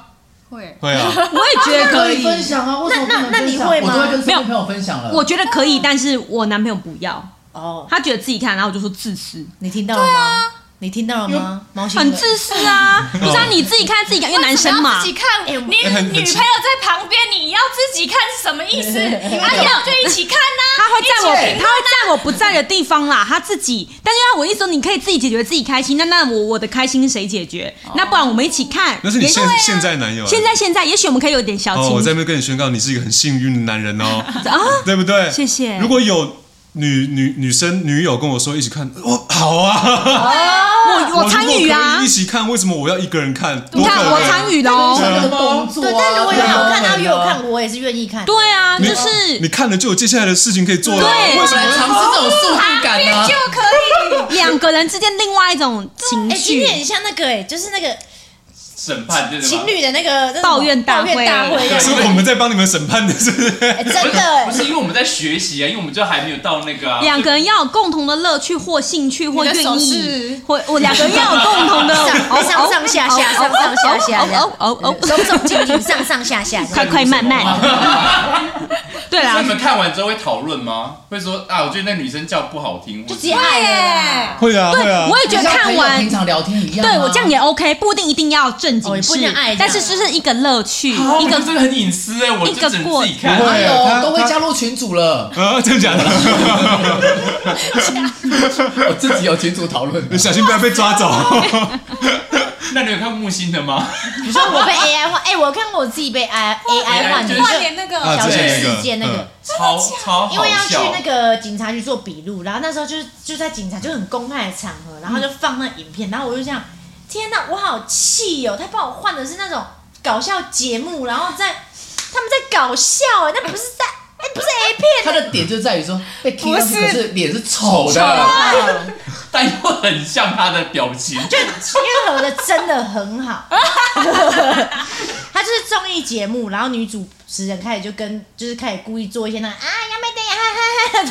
S6: 会，
S5: 会啊，
S3: 我也觉得可
S2: 可
S3: 以
S2: 以 分享啊，为什么不能分享
S1: 那那你会吗
S2: 我都会跟身
S3: 没有
S2: 边朋友分享了。
S3: 我觉得可以，但是我男朋友不要，
S1: 哦，
S3: 他觉得自己看，然后我就说自私，
S1: 你听到了吗？你听到了吗？毛线
S3: 很
S1: 哥
S3: 自私 啊！不是啊，你自己看自己看，因为男生嘛
S6: 自，己看，你
S1: 哎我
S6: 女
S5: 很
S6: 朋友在旁边，你要自己看是什么意 思？啊，要就一起看 呐。
S3: 他会在我
S6: 一起
S3: 他会在我不在的地方啦，他自己。但是啊我一说你可以自己解决自己开心，那那我我的开心谁解决？那不然我们一起看。
S5: 那是你
S3: 也
S5: 现现在男友啊，
S3: 现在现在，也许我们可以有点小
S5: 哦，
S3: 情
S5: 我在
S3: 绪
S5: 那边跟你宣告，你是一个很幸运的男人哦，
S3: 啊。
S5: 对不对？
S3: 谢谢
S5: 如果有女女女生女友跟我说一起看，我好啊，
S3: 我我
S5: 如果
S3: 参与啊
S5: 可以一，起看，为什么我要一个人看？
S3: 你
S5: 多可
S3: 看我参与哦喽。
S2: 那个动作啊，
S1: 对，但如果有
S2: 对啊
S1: 好看，他约我看，我也是愿意看。
S3: 对啊，就
S5: 你
S3: 是
S5: 你看了就有接下来的事情可以做了，
S3: 对
S5: 为什
S2: 我们来
S5: 么？
S2: 尝试这种速度感啊。
S6: 可以，
S3: 两个人之间另外一种情
S1: 哎、今
S3: 绪
S1: 天。很像那个哎、就是那个
S4: 审判对
S1: 情
S4: 吧？
S1: 侣的那个那种
S3: 抱怨大
S1: 抱怨
S3: 会
S1: 大会
S5: 是
S1: 对
S5: 我们在帮你们审判的，是不是？
S1: 哎 真的哎、
S4: 不是因为我们在学习啊，因为我们就还没有到那个啊。
S3: 两个人要有共同的乐趣或兴趣或
S6: 你的手
S3: 愿意
S6: 势，
S3: 或我两个人要有共同的 哦
S1: 上上上下下，上上下下，
S3: 哦哦哦哦哦
S1: 种种进去，上上下下，
S3: 快快慢慢。对啊啦
S4: 所以你，们看完之后会讨论吗？会说啊，我觉得那女生叫不好听，啊
S1: 就
S4: 或
S1: 直接
S4: 者
S1: 爱了啦。
S5: 会啊
S3: 对
S5: 会啊，
S3: 我也觉得
S2: 像
S3: 看
S2: 朋友
S3: 完
S2: 平，常聊天一样啊、
S3: 对我这样也 OK，不一定一定要正
S1: 哦
S3: 经
S1: 也不一
S3: 事
S1: 定爱，这样
S3: 但是就是一个乐趣，
S4: 啊
S3: 一
S4: 我觉
S3: 个
S4: 得这个很隐私哎，我
S3: 一个
S4: 就只能
S3: 过
S4: 自己看
S5: 不。会
S2: 哎
S5: 他
S2: 呦，都会
S5: 他
S2: 加入群组了，
S5: 啊，真的假 的？
S2: 我自己有群组讨论的
S5: 你。小心不要被抓走。
S4: 那你有看木星的吗？
S1: 你说 我被 AI 换，哎、我看过我自己被
S5: 哦
S1: AI AI 换的，
S4: 就是
S6: 换脸那个
S5: 啊
S1: 小
S5: 之
S1: 学
S5: 前那个
S1: 事件那个
S5: 嗯，
S4: 超超
S1: 因
S4: 好
S1: 为要去
S4: 笑。
S1: 那个警察局做笔录，然后那时候就是就在警察就很公开的场合，然后就放那影片，然后我就这样，天哪，我好气哦！他帮我换的是那种搞笑节目，然后在他们在搞笑哎、那不是在哎、不是 A 片，
S2: 他的点就在于说被 K
S6: 不
S2: 上
S6: 是
S2: 去，可是脸是丑的，
S3: 啊
S4: 但又很像他的表情，就
S1: 因为合的真的很好。他就是综艺节目，然后女主持人开始就跟就是开始故意做一些那个啊杨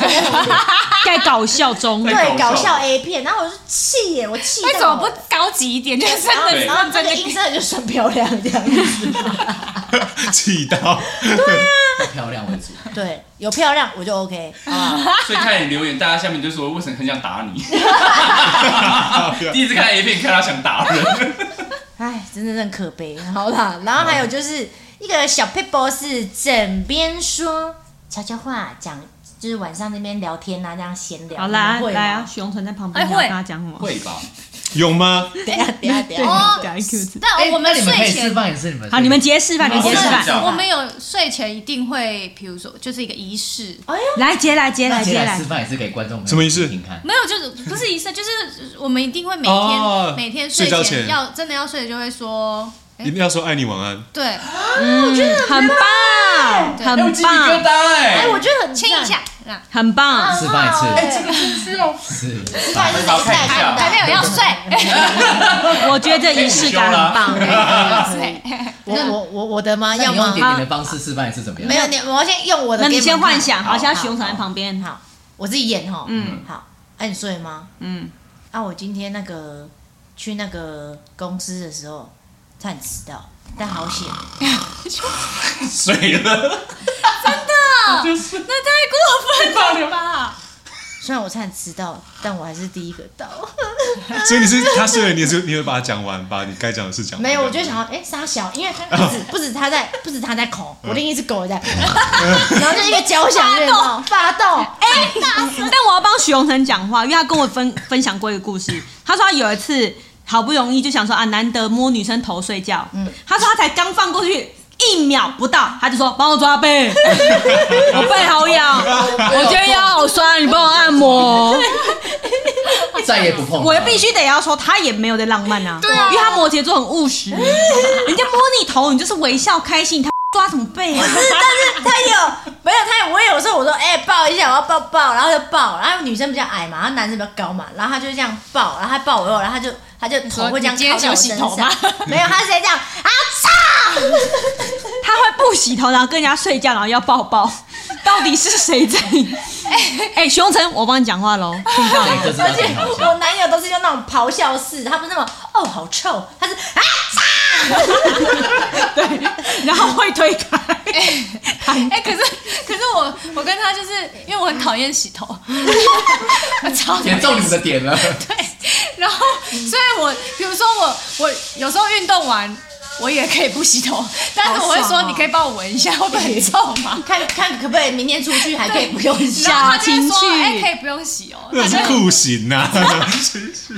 S1: 梅等呀哈哈哈哈，
S3: 在搞笑中，
S4: 对
S1: 对，
S4: 搞
S1: 搞
S4: 笑
S1: 笑 A 片，然后我就气耶，我气到
S6: 那哎怎么
S1: 我
S6: 不高级一点？就是
S1: 然后
S6: 真
S1: 然后
S6: 的，
S1: 这
S6: 真
S1: 个
S6: 的
S1: 音色就算漂亮这样子。
S5: 气到，
S2: 漂亮为主。
S1: 对，有漂亮我就 OK。
S4: 所以看你留言，大家下面就说为什么很想打你？
S5: 啊
S4: 第一次看 A 片，看到想打人，
S1: 哎，真的很可悲。好啦，然后还有就是一个小 p a p e 是枕边说悄悄话，讲就是晚上那边聊天啊，这样闲聊。
S3: 好啦，
S1: 你们会吗
S3: 来啊，许荣存在旁
S6: 哎
S3: 边，
S6: 会
S3: 要跟他讲什么？
S4: 会吧？
S5: 有吗？
S1: 等一下 等一下等一
S3: 对
S1: 下，
S6: 哦
S3: 讲一个字
S6: 但我们
S2: 哎那你们可
S6: 睡
S2: 以示
S6: 前。
S2: 范一次你们。
S3: 好，你们直接示范，你们
S4: 好
S3: 直接示
S4: 我们
S3: 范，
S6: 我们有睡前一定会，比如说就是一个仪式，
S3: 来接来接
S2: 那
S3: 来
S2: 接
S3: 接
S2: 下来
S3: 来
S2: 示，范也是给观众朋友
S5: 什么意思
S2: 听听看。
S6: 没有就是不是仪式，就是我们一定会每天、
S5: 哦
S6: 每天
S5: 睡
S6: 睡
S5: 觉前
S6: 前要真的要睡就会说，
S3: 哎
S5: 一定要说爱你晚安。
S6: 对，哦
S3: 嗯，很棒，
S6: 对
S4: 有
S3: 很
S4: 鸡皮疙
S3: 棒，
S4: 瘩哎、
S1: 哎，我觉得很
S6: 亲一下，啊
S3: 很棒，
S2: 示范一次
S1: 哎，这个
S2: 是，
S1: 你看是谁在看
S6: 还没
S1: 的？
S6: 有要睡，
S3: 我觉得这仪式感 很棒。
S6: 对，
S1: 我我我我的吗？
S2: 那
S1: 要
S2: 你用
S1: 吗
S2: 点？点的方式示范一次怎么样？
S1: 没有你，我先用我的。
S3: 那你先幻想，好，
S4: 好
S3: 现在许荣存在旁边，
S1: 好，我自己演哈。
S3: 嗯
S1: 好，哎，你睡吗？
S3: 嗯，
S1: 啊，我今天那个去那个公司的时候，差点迟到，但好险，
S4: 水了，
S6: 那太过分了吧？
S1: 虽然我差点迟到，但我还是第一个到。
S5: 所以你是他睡了，你也是你会把它讲完，把你该讲的事讲完。
S1: 没有，我就想要，哎、傻小，因为不止 不止他在，不止他在恐，我另一只狗也在， 然后就一个交响乐嘛，嗯发动，
S3: 哎，但我要帮许荣成讲话，因为他跟我分分享过一个故事。他说他有一次好不容易就想说啊，难得摸女生头睡觉，他说他才刚放过去一秒不到，他就说帮我抓背，我背好痒，我觉得腰好酸，你帮我按摩。
S2: 再也不碰它。
S3: 我必须得要说，他也没有在浪漫啊，对
S6: 啊
S3: 因为他摩羯座很务实，人家摸你头，你就是微笑开心，他抓什么背 啊？
S1: 但是他有没有他有我有时候我说哎、抱一下我要抱抱，然后就抱，然后女生比较矮嘛，然后男生比较高嘛，然后他就这样抱，然后他抱我以后，然后他就他就头会这样
S6: 你今天
S1: 靠在我
S6: 想洗
S1: 身
S6: 头吗
S1: 上， 没有，他是这样啊操，
S3: 他会不洗头，然后跟人家睡觉，然后要抱抱，到底是谁在？哎，熊晨，我帮你讲话喽，听到
S2: 对，
S3: 没？
S2: 这是
S5: 啊
S1: 而
S2: 要
S1: 且
S2: 挺好笑
S1: 我男友都是用那种咆哮式，他不是那种哦好臭，他是啊操，
S3: 然后会推开，
S6: 哎、可是可是我我跟他就是因为我很讨厌洗头，我超讨厌
S2: 点中你们的点了，
S6: 然后，所以我比如说我我有时候运动完，我也可以不洗头，但是我会
S1: 好
S6: 说
S1: 爽哦
S6: 你可以帮我闻一下，会不会很臭嘛？
S1: 看看可不可以明天出去还可以不用洗。
S6: 然后他就
S3: 小
S6: 会
S3: 情
S6: 说
S3: 趣
S6: 哎、可以不用洗哦。
S5: 那是酷刑 呐、啊，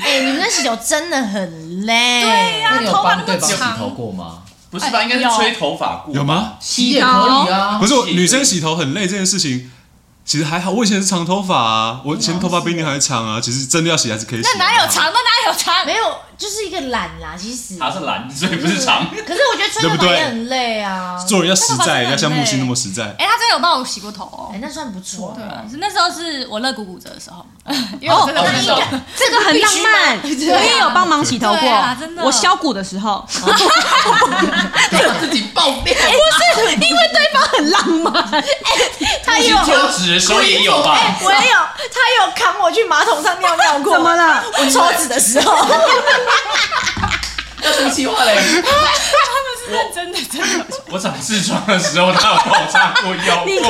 S1: 哎、你们那洗头真的很累。
S6: 对呀、
S2: 那你有
S6: 头发
S2: 帮
S6: 那
S2: 对
S6: 么
S2: 方洗头
S6: 长，
S2: 过吗？
S4: 不是吧？应该是吹头发过
S5: 有？吗？
S2: 洗也可以啊
S5: 不，是，我女生洗头很累这件事情，其实还好。我以前是长头发啊，我以前头发比你还长啊，其实真的要洗还是可以洗、啊。
S6: 那哪有？长？那哪有长？
S1: 没有，就是一个懒啦，其实。
S4: 他是蓝，所以不是长。
S1: 可是我觉得吹头
S5: 对
S1: 发
S5: 不对
S1: 也很累啊。
S5: 做人要实在，
S6: 那个发真的很累
S5: 要像木星那么实在。
S6: 哎、他真的有帮我洗过头
S1: 哎、
S6: 哦。
S1: 那算不错。
S6: 对啊，是那时候是我肋骨骨折的时候，因为我真的
S2: 哦
S6: 很
S2: 那
S6: 瘦
S2: 应。
S3: 这个很浪漫。 我也有帮忙洗头
S6: 对
S3: 过
S6: 啊真，的
S3: 我削骨的时候，
S2: 我自己
S1: 哎
S2: 爆掉。
S3: 不是 因为对方很浪漫，
S1: 他有，
S4: 抽纸的时候也有吧？
S1: 我也有，他有扛我去马桶上尿尿过。哎
S3: 怎么？了？
S1: 我抽纸的时候，
S2: 要出气话嘞！
S6: 他们是
S3: 真的真的，
S4: 我长痔疮的时候，他有帮我擦过药。
S3: 你看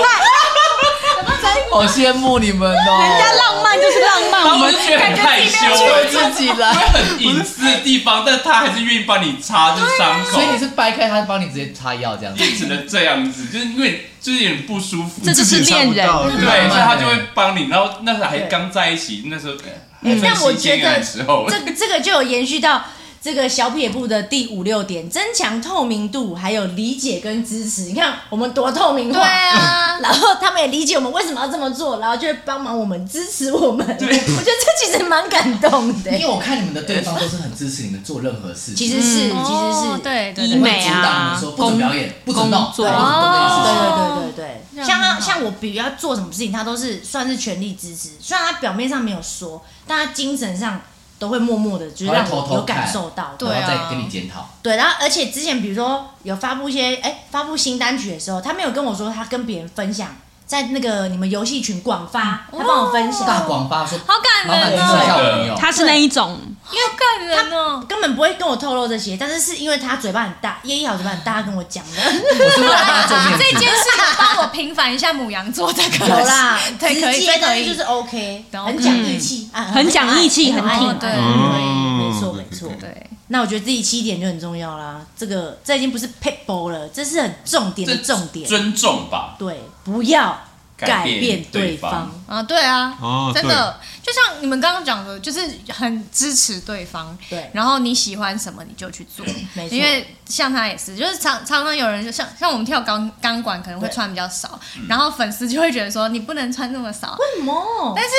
S2: 好羡慕你们哦！
S3: 人家浪漫就是浪漫，我
S4: 我
S3: 们
S4: 就觉得很害羞，
S2: 为自己来，
S4: 很隐私的地方，但他还是愿意帮你擦这伤口
S2: 所以。你是掰开他帮你直接擦药这样子。
S4: 就只能这样子，就是因为就是有点不舒服。
S3: 这就是恋人
S4: 对，
S5: 对，
S4: 所以
S2: 慢
S4: 他
S2: 欸
S4: 就会帮你。然后那时候还刚在一起，那时候还
S1: 嗯
S4: 最
S1: 但我
S4: 新鲜
S1: 觉得
S4: 的时候，
S1: 这这个就有延续到这个小撇步的第五六点：增强透明度，还有理解跟支持。你看我们多透明
S6: 对
S1: 化，
S6: 啊，
S1: 然后他们也理解我们为什么要这么做，然后就会帮忙我们、支持我们。我觉得这其实蛮感动的
S2: 因，为我看你们的对方都是很支持你们做任何事情，
S1: 其实是，其实是，
S3: 嗯
S6: 哦对对
S3: 医
S6: 对，
S2: 我会
S3: 美
S2: 阻挡你
S3: 啊
S2: 们说，不准表演，不准
S3: 工
S2: 闹，
S3: 作
S2: 对不准动这件事情
S1: 对对对对对，
S6: 样
S1: 像
S6: 很
S1: 他
S6: 哦好
S1: 像我，比如要做什么事情，他都是算是全力支持。虽然他表面上没有说，但他精神上都会默默的，就是让
S2: 他会偷
S1: 我
S2: 偷
S1: 有感
S2: 看
S1: 受到。
S6: 对啊
S2: 然后再跟你检讨。
S1: 对，然后而且之前比如说有发布一些哎发布新单曲的时候，他没有跟我说他跟别人分享，在那个你们游戏群广发，
S6: 嗯
S1: 他帮我分享，
S6: 哦
S2: 大广发说，
S6: 好感
S2: 老板
S6: 人
S2: 去睡
S6: 哦，
S2: 觉女友，
S3: 他是那一种，
S6: 好感人哦，
S1: 根本不会跟我透露这些，但是是因为他嘴巴很大，叶一豪嘴巴很大，他跟我讲 的，
S2: 我是为了他做面
S6: 啊这
S2: 子。
S6: 件事情帮我平反一下母羊座的可
S1: 有啦，
S6: 对
S1: 直
S6: 可以
S1: 接
S6: 这可
S1: 但
S6: 以
S1: 是就是 OK，
S6: 懂
S1: 很讲义气啊，
S3: 很讲义气
S1: 爱
S3: 很挺
S1: 爱
S6: 哦对
S1: 对，没错
S5: 嗯
S1: 没错。
S6: 对，
S1: 那我觉得第七点就很重要啦，这个这已经不是 p i t b a l 了，这是很重点的重点，
S4: 尊重吧，
S1: 对，不要改
S4: 改
S1: 变对
S4: 对
S1: 方。。
S6: 啊对啊，
S5: 哦
S6: 真的，就像你们刚刚讲的，就是很支持对方，
S1: 对
S6: 然后你喜欢什么你就去做，
S1: 没错
S6: 因为像他也是，就是常常常有人就像像我们跳钢钢管可能会
S1: 对
S6: 穿比较少，
S5: 嗯
S6: 然后粉丝就会觉得说你不能穿那么少，
S1: 为什么？啊
S6: 但是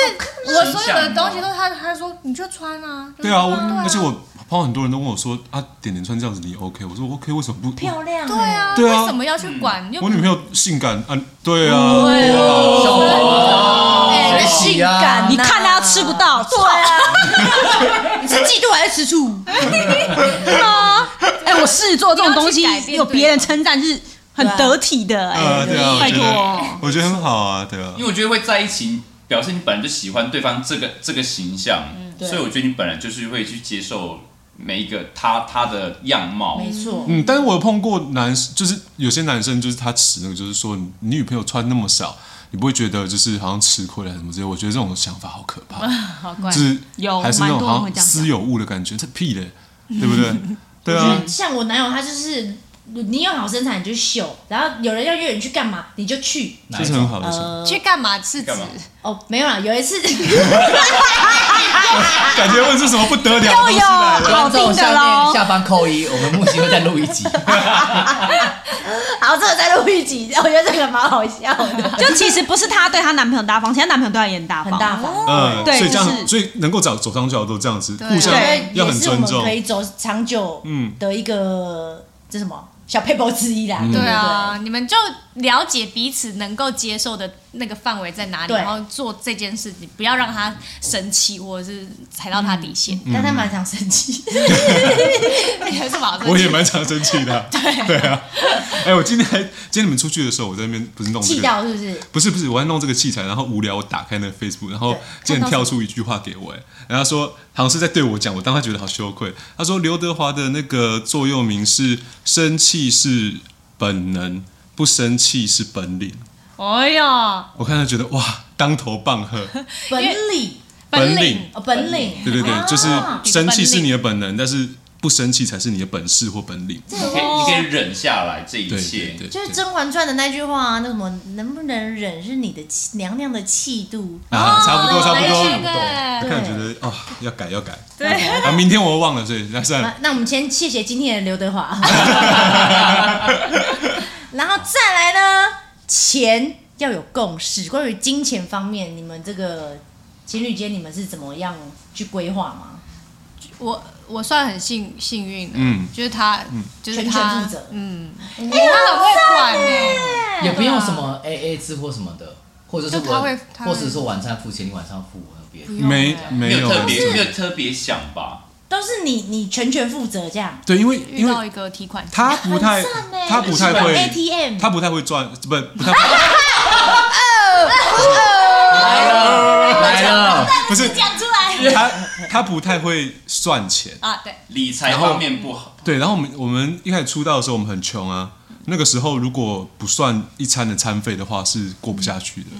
S6: 我所有的东西都是他他说你就穿啊，
S5: 哦对啊，我
S6: 啊
S5: 而且我碰到很多人都问我说啊，点点穿这样子你 OK？我说 OK，为什么不？
S1: 漂亮、欸
S6: 对，啊，
S5: 对啊
S6: 为什么要去管？又
S5: 我女朋友性感啊，对啊，
S2: 小伙
S1: 哎、那
S2: 谁
S1: 性
S2: 洗啊
S1: 感、
S3: 你看他吃不。到，
S1: 对啊，你是嫉妒还是吃醋？
S3: 对啊，哎，我狮子座这种东西
S6: 你要去改变
S3: 有别人称赞是很得体的，哎
S5: 呃，，对啊，我
S3: 拜
S5: 觉得
S3: 托，
S5: 我觉得很好啊，对啊
S4: 因，为我觉得会在一起，表示你本来就喜欢对方这个这个形象，
S1: 对
S4: 所以我觉得你本来就是会去接受每一个他他的样貌。
S1: 没错，
S5: 嗯，但是我有碰过男，就是有些男生就是他持那个，就是说你女朋友穿那么少，你不会觉得就是好像吃亏了什么之类的。我觉得这种想法好可怕，
S6: 好怪
S5: 就是
S3: 有
S5: 还是那
S3: 蛮
S5: 种
S3: 多人
S5: 好
S3: 会这样
S5: 像
S3: 讲
S5: 私有物的感觉，这屁的，对不对？对
S1: 我觉
S5: 啊
S1: 得，像我男友，他就是你有好身材你就秀，然后有人要约你去干嘛你就去。
S5: 这是很好的事。
S1: 嗯
S6: 去干嘛？是指
S4: 干嘛
S1: 哦，没有啦，有一次
S5: 感觉问是什么不得了的东西来了，
S2: 呃观众下
S3: 搞定的咯
S2: 面下方扣一，我们木星会再录一集。
S1: 好，这个再录一集，我觉得这个蛮好笑的，
S3: 就其实不是她对她男朋友大方，其他男朋友对她也 很大
S1: 很
S3: 方，
S1: 大方。
S5: 嗯，
S3: 对
S5: 所以这
S3: 就是
S5: 样，所以能够找走上去的都这样子，
S6: 啊
S5: 互相
S1: 对，
S5: 要
S1: 也
S5: 很
S1: 是我
S5: 尊
S1: 们
S5: 重
S1: 可。以走长久
S5: 嗯
S1: 的一个这什么小 paper 之一啦。
S6: 对啊，你们就了解彼此能够接受的那个范围在哪里，
S1: 对
S6: 然后做这件事情，不要让他生气或者是踩到他底线。
S1: 对不对，但他蛮常生气。
S6: 那个是马上
S5: 我也蛮常生气的啊，对啊。哎，我今天还今天你们出去的时候，我在那边不是弄这
S1: 气
S5: 个，
S1: 到是不是？
S5: 不是不是，我在弄这个器材，然后无聊，我打开那个 Facebook，然后
S1: 对
S5: 竟然跳出一句话给我，哎，然后他说好像是在对我讲，我当时觉得好羞愧。他说刘德华的那个座右铭是“生气是本能，不生气是本领”。
S6: 哎呀，
S5: 我看到觉得哇，当头棒喝，
S1: 本领
S5: 本领
S6: 领。
S1: 哦，本领，
S5: 对对对
S1: 啊，
S5: 就是生气是
S6: 你的本领
S5: 你的本能，但是不生气才是你的本事或本领。
S4: 你可以你可以忍下来这一
S5: 对
S4: 切
S5: 对，对，
S1: 就是《
S5: 对
S1: 甄嬛传》的那句话啊，那什么能不能忍是你的气娘娘的气度。
S5: 啊，差
S6: 哦
S5: 不多差不多。
S6: 这
S5: 我
S6: 个
S5: 看觉得哦，要改要改。
S6: 对
S5: 啊，明天我又忘了，所以那 算
S1: 那
S5: 了。
S1: 那我们先谢谢今天的刘德华， 然后再来呢，钱要有共识。关于金钱方面，你们这个情侣间你们是怎么样去规划吗？
S6: 我我算很幸幸运的，
S5: 嗯
S6: 就是他，就是
S1: 全
S6: 他
S1: 权负责
S6: 嗯，因为他很会管呢。
S2: 也不用什么 A A 制或什么的，或者是
S6: 就他会
S2: 我，
S6: 他会
S2: 或者是说晚餐付钱，你晚上付我那边。
S5: 没
S4: 没
S5: 没
S4: 有
S5: 有
S4: 特别没有特别想吧。
S1: 都是你你全权负责这样，
S5: 对，因为
S6: 遇
S5: 因
S6: 到
S5: 为
S6: 一个提款机，
S5: 他不太
S1: 很赞欸
S5: 他不太会
S1: ATM
S5: 他不太会赚，不不太会
S2: 来了，来了，
S5: 不是
S6: 讲出来，
S5: 他他他不太会算钱，
S6: 啊，对，
S4: 理财方面不好，
S5: 对，然后我们我们一开始出道的时候，我们很穷啊。那个时候如果不算一餐的餐费的话，是过不下去的。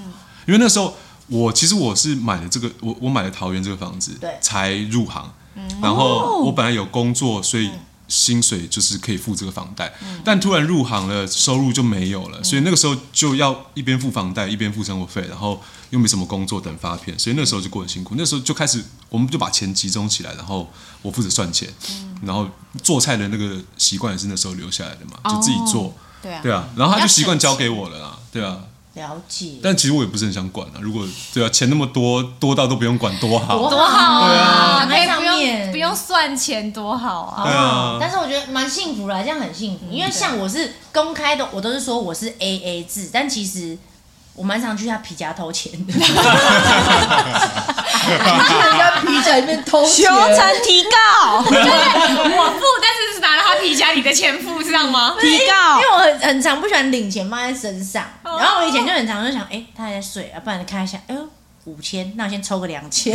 S5: 因为那时候我其实我是买了这个，我我买了桃园这个房子
S1: 对，
S5: 才入行。
S6: 嗯
S5: 然
S6: 哦
S5: 后我本来有工作，所以薪水就是可以付这个房贷。
S6: 嗯
S5: 但突然入行了，收入就没有了，所以那个时候就要一边付房贷一边付生活费，然后又没什么工作等发片，所以那时候就过得很辛苦。那时候就开始，我们就把钱集中起来，然后我负责算钱，
S6: 嗯
S5: 然后做菜的那个习惯也是那时候留下来的嘛，就自己做。
S6: 对啊
S5: 对啊，然后他
S6: 要
S5: 就习惯
S6: 省
S5: 交给我了啦，对啊。
S1: 了解。
S5: 但其实我也不是很想管啊，如果对啊，钱那么多，多到都不用管，多好。
S1: 多好
S6: 啊，
S1: 躺
S6: 可
S1: 在
S6: 以
S1: 上
S6: 不
S1: 面
S6: 用不用算钱，多好啊！
S5: 对啊
S1: 哦但是我觉得蛮幸福啦，这样很幸福。因为像我是公开的，我都是说我是 A A 制，但其实我蛮常去他皮夹偷钱的。
S2: 去人家皮夹里面偷
S3: 求
S2: 钱，
S3: 成提告，
S6: 我付，但是是拿了他皮夹里的钱付，是这样吗？
S3: 提告
S1: 因为我很很常不喜欢领钱放在身上，
S3: 哦
S1: 然后我以前就很常就想，哎、他还在睡啊，不然看一下，哎呦五千，那我先抽个两千，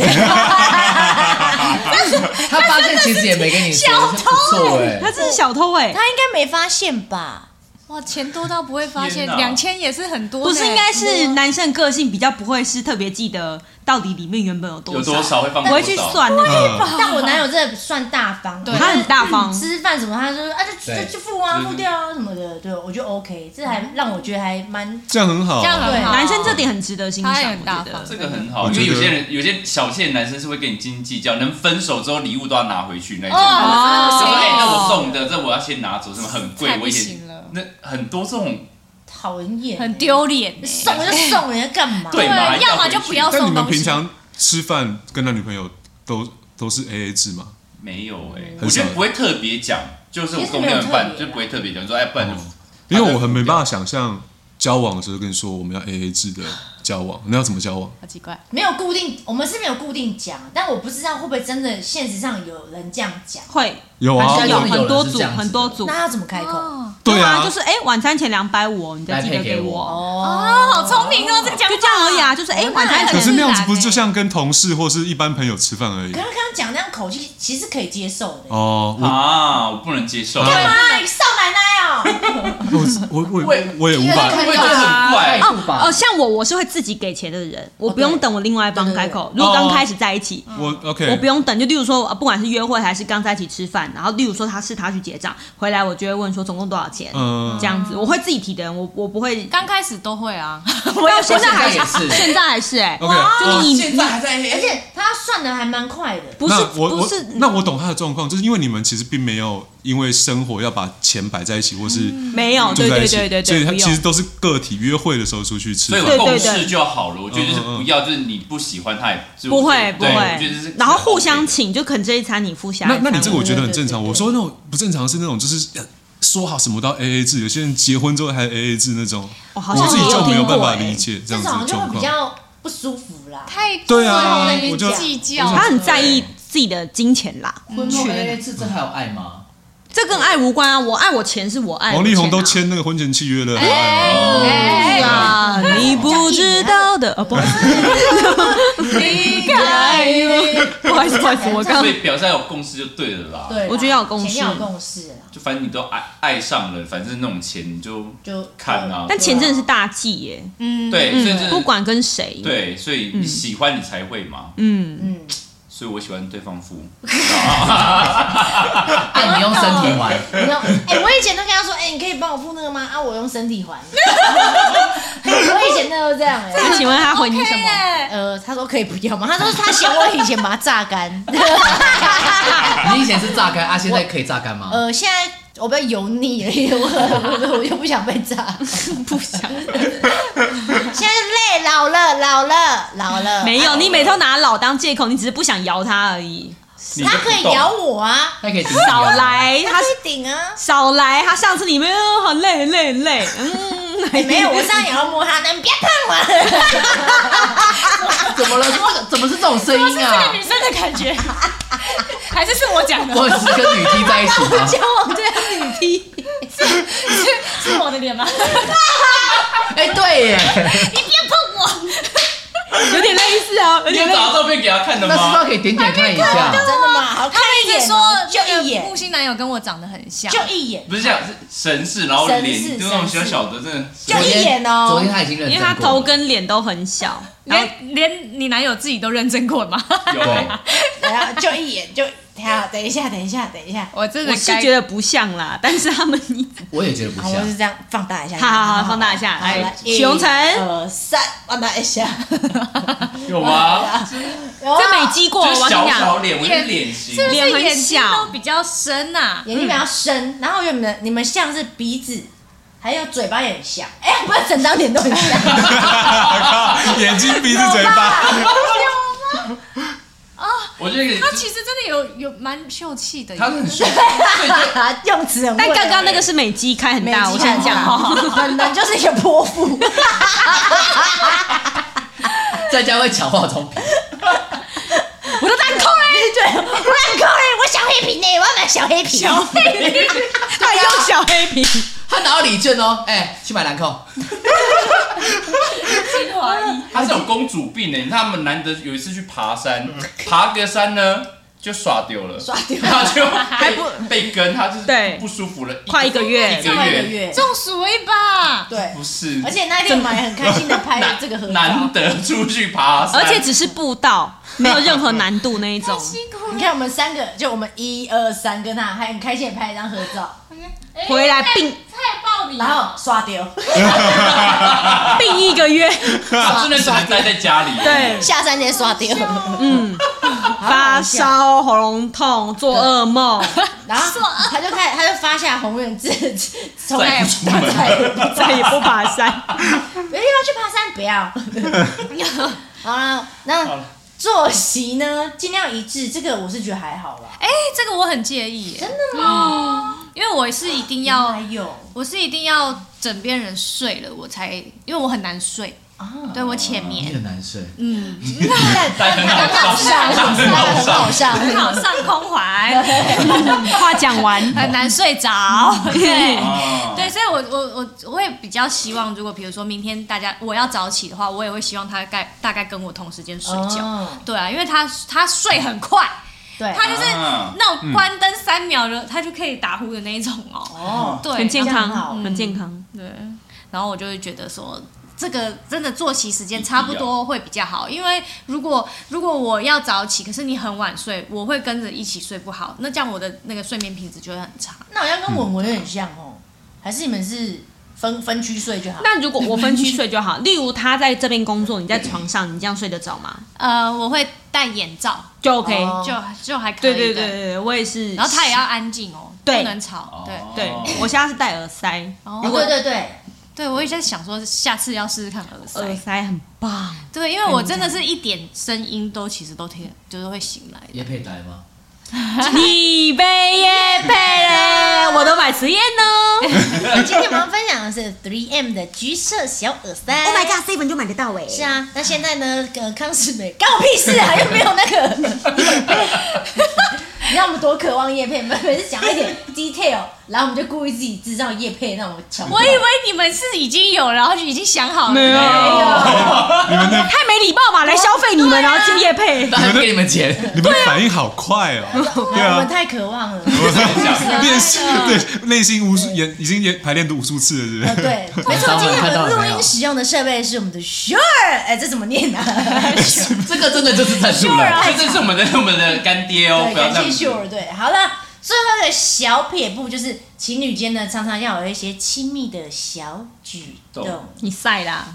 S2: 他发现其实也没跟你说，这不错哎、
S3: 他真是小偷哎、
S1: 他应该没发现吧？
S6: 哇，钱多到不会发现
S4: 天，哪
S6: 两千也是很多呢。
S3: 不是应该是男生的个性比较不会是特别记得到底里面原本有多
S4: 有多少会放
S3: 不
S4: 多
S3: 会去
S4: 少。
S3: 算那个。
S5: 嗯，
S1: 但我男友真的算大方，
S6: 对
S3: 哦他很大方
S1: 就是吃饭什么他就说啊就
S2: 对
S1: 就就付啊
S4: 嗯
S1: 付掉啊什么的，对我就 OK，这
S3: 嗯
S1: 还让我觉得还蛮
S5: 这样很好
S6: 这样
S5: 啊。
S6: 很好，
S3: 男生这点很值得欣赏，
S6: 他也很大
S3: 我觉
S6: 方
S3: 得
S4: 这个很好，
S5: 我
S4: 因
S5: 觉
S4: 为
S5: 得
S4: 有些人有些小气的男生是会跟你斤斤计较，能分手之后礼物都要拿回去那种。
S6: 哦
S4: 就说
S6: 真的
S4: 哎，
S6: 是
S4: 那我送的，这我要先拿走，什么很贵
S6: 太，不
S4: 我以前
S6: 行了
S4: 那很多这种
S1: 讨人厌，
S6: 很丢脸呢。
S1: 送就送人家干嘛？
S4: 对嘛要
S6: 要么
S4: 回去
S6: 就不要
S5: 但你
S6: 送
S5: 们
S6: 东
S5: 平
S6: 西。
S5: 常吃饭跟男女朋友都都是 A A 制吗？
S4: 没有哎，
S5: 很
S4: 我觉得
S5: 少
S4: 不会特别讲，就是我
S1: 其实
S4: 跟我
S1: 没有
S4: 另一半
S1: 特别
S4: 就不会特别讲，说哎，不然就
S5: 因为我很没办法想象交往的时候跟你说我们要 A A 制的交往，那要怎么交往？
S6: 好奇怪，
S1: 没有固定，我们是没有固定讲，但我不知道会不会真的现实上有人这样讲，
S3: 会
S5: 有啊，
S2: 还是
S3: 有
S2: 要
S5: 我
S3: 很多
S2: 有人是
S3: 组，
S2: 这样子的
S3: 很多组
S1: 那。要怎么开口？
S6: 哦
S5: 对
S3: 啊，
S5: 啊
S3: 就，是哎，晚餐前两百五，你再记得
S2: 来配给
S3: 我，
S6: 哦，好聪明哦，这个讲
S3: 就这样而已啊。就是哎，晚餐
S5: 可
S3: 前
S5: 是那样子不
S6: 很自然欸
S5: 是就像跟同事或是一般朋友吃饭而已
S1: 可是刚刚讲那样口气，其实可以接受的。
S5: 哦。我
S4: 啊，我不能接受，
S1: 干嘛？你少奶奶哦！
S5: 我我我我也无法
S4: 会不会觉得很
S2: 态
S4: 怪？
S2: 度吧。
S3: 哦，像我，我是会自己给钱的人，我不用等我另外一方开口。如果刚开始在一起，
S5: 我 OK，
S3: 我不用等，就例如说，呃不管是约会还是刚在一起吃饭，然后例如说他是他去结账，回来我就会问说总共多少钱，
S5: 嗯
S3: 这样子，我会自己提的人，我我不会。
S6: 刚开始都会啊，
S3: 我有现在还
S2: 我现在也是
S3: 现在还是哎，
S5: OK，
S3: 就是你
S4: 现在还在黑
S1: 而且他算的还蛮快的，
S3: 不是
S5: 那我
S3: 不
S5: 我
S3: 是
S5: 那我懂他的状况，就是因为你们其实并没有因为生活要把钱摆在一起，或是
S3: 没有，
S5: 住
S3: 对
S5: 在一
S3: 对
S5: 起，
S3: 嗯对对
S5: 所以
S3: 对，
S5: 他
S3: 不
S5: 其实
S3: 用。
S5: 都是个体约会的时候出去吃
S4: 所以
S5: 饭。
S3: 对
S4: 共
S3: 对对
S4: 识就好了，我觉得就是不要，就是你不喜欢他也就
S3: 不会不
S4: 对我觉得
S3: 会
S4: 是，
S3: 然后互相请，就可能这一餐你付下一
S5: 那
S3: 餐。
S5: 那你这个我觉得很正常。
S1: 对对对对
S5: 我说那种不正常是那种就是呃说好什么都要 AA 制，有些人结婚之后还 AA 制那种，
S3: 我哦好像
S5: 我自己
S3: 也有
S5: 就没有
S3: 听
S5: 办
S3: 过
S5: 法
S3: 哎
S5: 理，解这
S1: 这
S5: 样子
S1: 种好像
S5: 的
S1: 就
S5: 状
S1: 会比
S5: 况。
S1: 较不舒服 啦。
S6: 太
S5: 对啊
S6: 过于
S5: 我就
S6: 计较了，
S3: 他很在意自己的金钱啦，
S2: 婚后 AA 制这还有爱吗？
S3: 这跟爱无关啊。我爱我钱是我爱我钱啊。
S5: 王力宏都签那个婚前契约了，还爱
S6: 哎。
S5: 吗
S3: 啊，你不知道的，呃，不好意思，
S6: 离开
S3: 不好意思，不好意思，我刚
S4: 所以表示要有共识就对了啦。
S1: 对啦，
S3: 我觉得要有共识
S1: 钱要有共识啦，
S4: 就反正你都爱爱上了，反正那种钱你就
S1: 就
S4: 看啊。
S3: 但钱真的是大忌耶，
S6: 嗯，
S4: 对，所以真
S3: 嗯，
S4: 的
S3: 不管嗯跟谁，，
S4: 对，所以你喜欢你才会嘛。
S3: 嗯，
S1: 嗯，
S4: 所以我喜欢对方付，
S2: 但你用身体还，
S1: 你知道，哎，我以前都跟他说，哎，你可以帮我付那个吗？啊，我用身体 还。哎我以前都是这样哎。
S3: 那请问他回你什么？
S6: 耶
S1: 呃，他说可以不要吗？他说他嫌我以前把它榨干。
S2: 你以前是榨干啊，现在可以榨干吗？
S1: 呃，现在我比较油腻了，我我我就不想被 炸。
S3: 不想，
S1: 现在累，老了，老了，老了。啊
S3: 没有，你每次都拿老当借口，你只是不想摇他而已。
S4: 你就
S1: 他
S4: 不
S1: 可以
S4: 动
S1: 咬我啊，
S2: 那可以顶哦少
S3: 少，来，
S1: 他
S3: 他
S1: 可以顶啊。
S3: 少来，他上次你们呃好累很累很累，嗯，
S1: 哎没有， 我上也要摸他，但你别碰我。
S2: 怎么了？怎么怎么是这种声音啊？
S6: 女生的感觉，还是是我 讲的，
S2: 我只是跟女 T 在一起吗？
S1: 交往对象 女踢，
S6: 是我的脸吗？
S2: 哎，对耶，
S6: 你别碰我，
S3: 有点类似 啊，有
S4: 你
S3: 点
S4: 有
S3: 类似。
S4: 找到照片给他看的
S2: 那是不
S4: 吗
S2: 是？可以点点看一下？
S1: 真 的吗？好看
S6: 他
S1: 一
S6: 们一直
S1: 眼
S6: 说
S1: 吗，
S6: 那
S1: 就
S6: 个
S1: 一眼
S6: 木，星男友跟我长得很像，
S1: 就一 眼，
S4: 不是这样，是神似，然后
S1: 神似
S4: 脸就那种
S1: 神似
S4: 小小的，真的
S1: 就一眼哦
S2: 昨天他已经认
S3: 因
S2: 真
S3: 为
S2: 过了，
S3: 他头跟脸都很小，然后
S6: 连连你男友自己都认证过吗？
S4: 有。
S1: 然后就一眼就，好，等一下，等一下，等一下，
S6: 我真的
S3: 我是觉得不像啦，但是他们一
S6: 啊
S3: 直
S2: 我也觉得不
S1: 好，
S3: 哦
S1: 我
S2: 像
S1: 是。这样放大一下，
S3: 好好好放大一下哎来
S1: 来，
S3: 许荣成
S1: 呃，三，放大一下，
S4: 有
S1: 啊
S4: 吗？
S1: 这
S3: 真没激过，
S4: 就是
S3: 我跟
S4: 小
S3: 你
S4: 小
S3: 讲，
S4: 脸，我觉得脸型
S6: 是不
S3: 脸
S6: 是
S3: 很
S6: 眼睛
S3: 小
S6: 都比较深啊呐、
S1: 眼睛比较深，然后你们你们像是鼻子，还有嘴巴也很像，哎，不是整张脸都很像，
S5: 眼睛、鼻子、嘴巴，
S4: 我觉得
S6: 他其实真的有有蛮秀气的，
S4: 他是很帅，
S1: 用词很会啊
S3: 但刚刚那个是美肌开很
S1: 美
S3: 大，我
S1: 肌
S3: 想讲哦，
S1: 很大本人就是一个泼妇，
S2: 在家会抢化妆品，
S1: 我都烂扣嘞， 对，我烂扣嘞，我小黑瓶呢，我要买小黑瓶，小黑
S3: 他用小黑瓶，
S2: 他拿到礼券哦，哎，去买兰蔻。
S4: 他是有公主病的。你看他们难得有一次去爬山，爬个山呢就耍丢了，耍丢，他就还不被跟，他就是
S3: 对
S4: 不舒服了，
S3: 快一个
S4: 一
S3: 月
S4: 个，
S1: 一个
S4: 月，
S1: 月，
S6: 中暑了一把，
S1: 对，
S4: 不是，
S1: 而且那天我们还很开心的拍了这个合照
S4: 难。得出去爬山，
S3: 而 且只是步道，没有任何难度那一种。
S6: 辛苦
S1: 你看我们三个，就我们一二三跟他，还很开心的拍一张合照，
S3: 回来并
S6: 太哎爆啊你
S1: 然后刷丢，
S3: 并一个月，
S4: 他真的只能待在家里，
S3: 对，
S1: 下山直接刷丢，
S3: 发烧、喉咙痛、做噩梦，
S1: 然后他就开始，他就发下宏愿志，从
S4: 再
S1: 来
S4: 也不出门
S1: 再也不
S3: 再也不爬山。
S1: 不要去爬山，不要。好了，
S4: 好
S1: 那
S4: 了
S1: 作息呢，尽量一致，这个我是觉得还好啦。
S6: 哎、这个我很介意耶，真的吗？因为我是一定
S1: 还
S6: 要，
S1: 有
S6: 我是一定要枕边人睡了，我才，因为我很难睡，
S1: 啊，
S6: 对我浅眠，
S2: 很难睡，
S6: 嗯，
S4: 但很好
S1: 好笑，很
S4: 上，很好
S1: 好
S4: 上，
S1: 笑，
S6: 很好上空怀，
S3: 话讲完，
S6: 很难睡着，对。
S4: 啊
S6: 对，所以我我我我也比较希望，如果比如说明天大家我要早起的话，我也会希望他概大概跟我同时间睡觉。
S1: 哦
S6: 对啊，因为他他睡很快，
S1: 对，
S6: 他就是
S4: 啊
S6: 那种关灯三秒就、他就可以打呼的那一种
S3: 嗯
S6: 哦。
S1: 哦，
S6: 对，
S3: 很健
S1: 这样很好
S3: 康，很健康。
S6: 对，然后我就会觉得说，这个真的作息时间差不多会比较好，因为如果如果我要早起，可是你很晚睡，我会跟着一起睡不好，那这样我的那个睡眠品质就会很差。
S1: 那好像跟文文有点像哦，还是你们是分分区睡就好？
S3: 那如果我分区睡就好，例如他在这边工作，你在床上，你这样睡得着吗？
S6: 呃，我会戴眼罩，
S3: 就 OK。
S1: 哦
S6: 就就还可
S3: 对
S6: 以的。
S3: 对对对对，我也是。
S6: 然后他也要安静哦，
S3: 对
S6: 不能吵。对
S4: 哦
S3: 对，我现在是戴耳塞，
S6: 哦
S1: 哦，对对对，
S6: 对，我也在想说，下次要试试看耳塞。
S3: 耳塞很棒。
S6: 对，因为我真的是一点声音都其实都听，就是会醒来的。
S2: 也配呆吗？
S3: 你被夜配嘞，我都买哦实验呢。
S1: 今天我们要分享的是 3M 的橘色小耳塞。
S7: Oh my god，seven 就买得到哎、
S1: 是啊，那现在呢？呃，康士美干我屁事啊，又没有那个。 你知道我们多渴望叶配，每每次讲一点 detail，然后我们就故意自己制造叶配那种桥
S6: 我
S1: 段。
S6: 以为你们是已经有，然后就已经想好了。
S3: 没有
S5: 你们的
S3: 太没礼貌嘛，来消费你们，然后接夜配。
S2: 那还不给你们 钱，
S5: 你们的反应好快哦，对
S1: 我们
S5: 啊。
S1: 太渴望了。
S5: 练习对内心无数演已经演排练无数次了，是
S1: 呃
S5: 不是？
S1: 对，没错，今天我们录音使用的设备是我们的 Sure，哎，这怎么念啊？
S2: 这个真的就是赞助
S3: 啊
S2: 了。
S4: 所以这是我们的我们的干爹哦，
S1: 对，
S4: 不要
S1: 感
S4: 这样
S1: 谢 Sure。
S4: 子。
S1: 对，好了，最后一个小撇步就是情侣间呢，常常要有一些亲密的小举动
S4: 动。
S3: 你晒啦！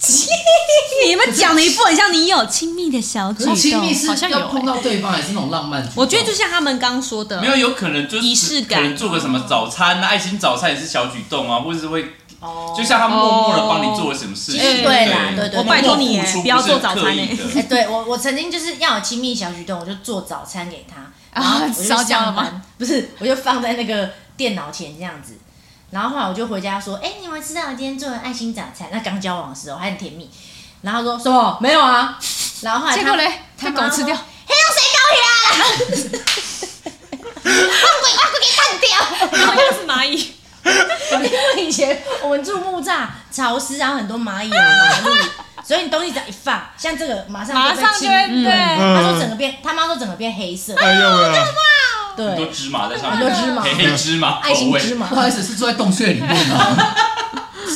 S3: 你们讲的一副很像你有啊亲密的小举动，
S2: 亲密是
S6: 好像有
S2: 要碰到对方，还是那种浪漫举动？
S3: 欸我觉得就像他们刚说的，
S4: 没有，有可能就是
S3: 仪式感哦
S4: 可能做个什么早餐啊，爱心早餐也是小举动啊，或者是会，
S1: 哦
S4: 就像他默默的帮你做了什么事情，
S3: 哎
S1: 对啦对对对
S4: 默
S1: 我
S4: 默
S3: 拜托你
S4: 付出
S3: 不要做早餐欸
S4: 不是刻意的
S1: 哎、对我，我曾经就是要有亲密小举动，我就做早餐给他，然后我就
S6: 啊烧焦了
S1: 上
S6: 吗
S1: 班，不是，我就放在那个电脑前这样子。然后后来我就回家说，哎、你有没有吃到我今天做的爱心早餐？那刚交往的时候还很甜蜜。然后他说什么没有啊？然后后来
S6: 结
S1: 他
S6: 果嘞，
S1: 他
S6: 被
S1: 妈
S6: 狗吃掉
S1: 说。还有谁高血压啦？ 把鬼把鬼给烫掉！
S3: 好像是蚂蚁，
S1: 因为以前我们住木栅，潮湿，然后很多蚂蚁有马路，所以你东西只要一放，像这个马上
S6: 马
S1: 被
S6: 上就
S1: 清
S6: 会
S1: 理
S6: 对，
S1: 他说整个变，他妈说整个变黑色，
S5: 哎呦喂啊！
S4: 很多
S1: 对，
S4: 芝麻在上
S1: 很
S4: 面，
S1: 多芝麻，
S4: 黑黑芝麻
S1: 爱
S4: 口
S1: 心
S4: 味，
S1: 芝麻
S2: 不，好意思，是住在洞穴里面啊吗？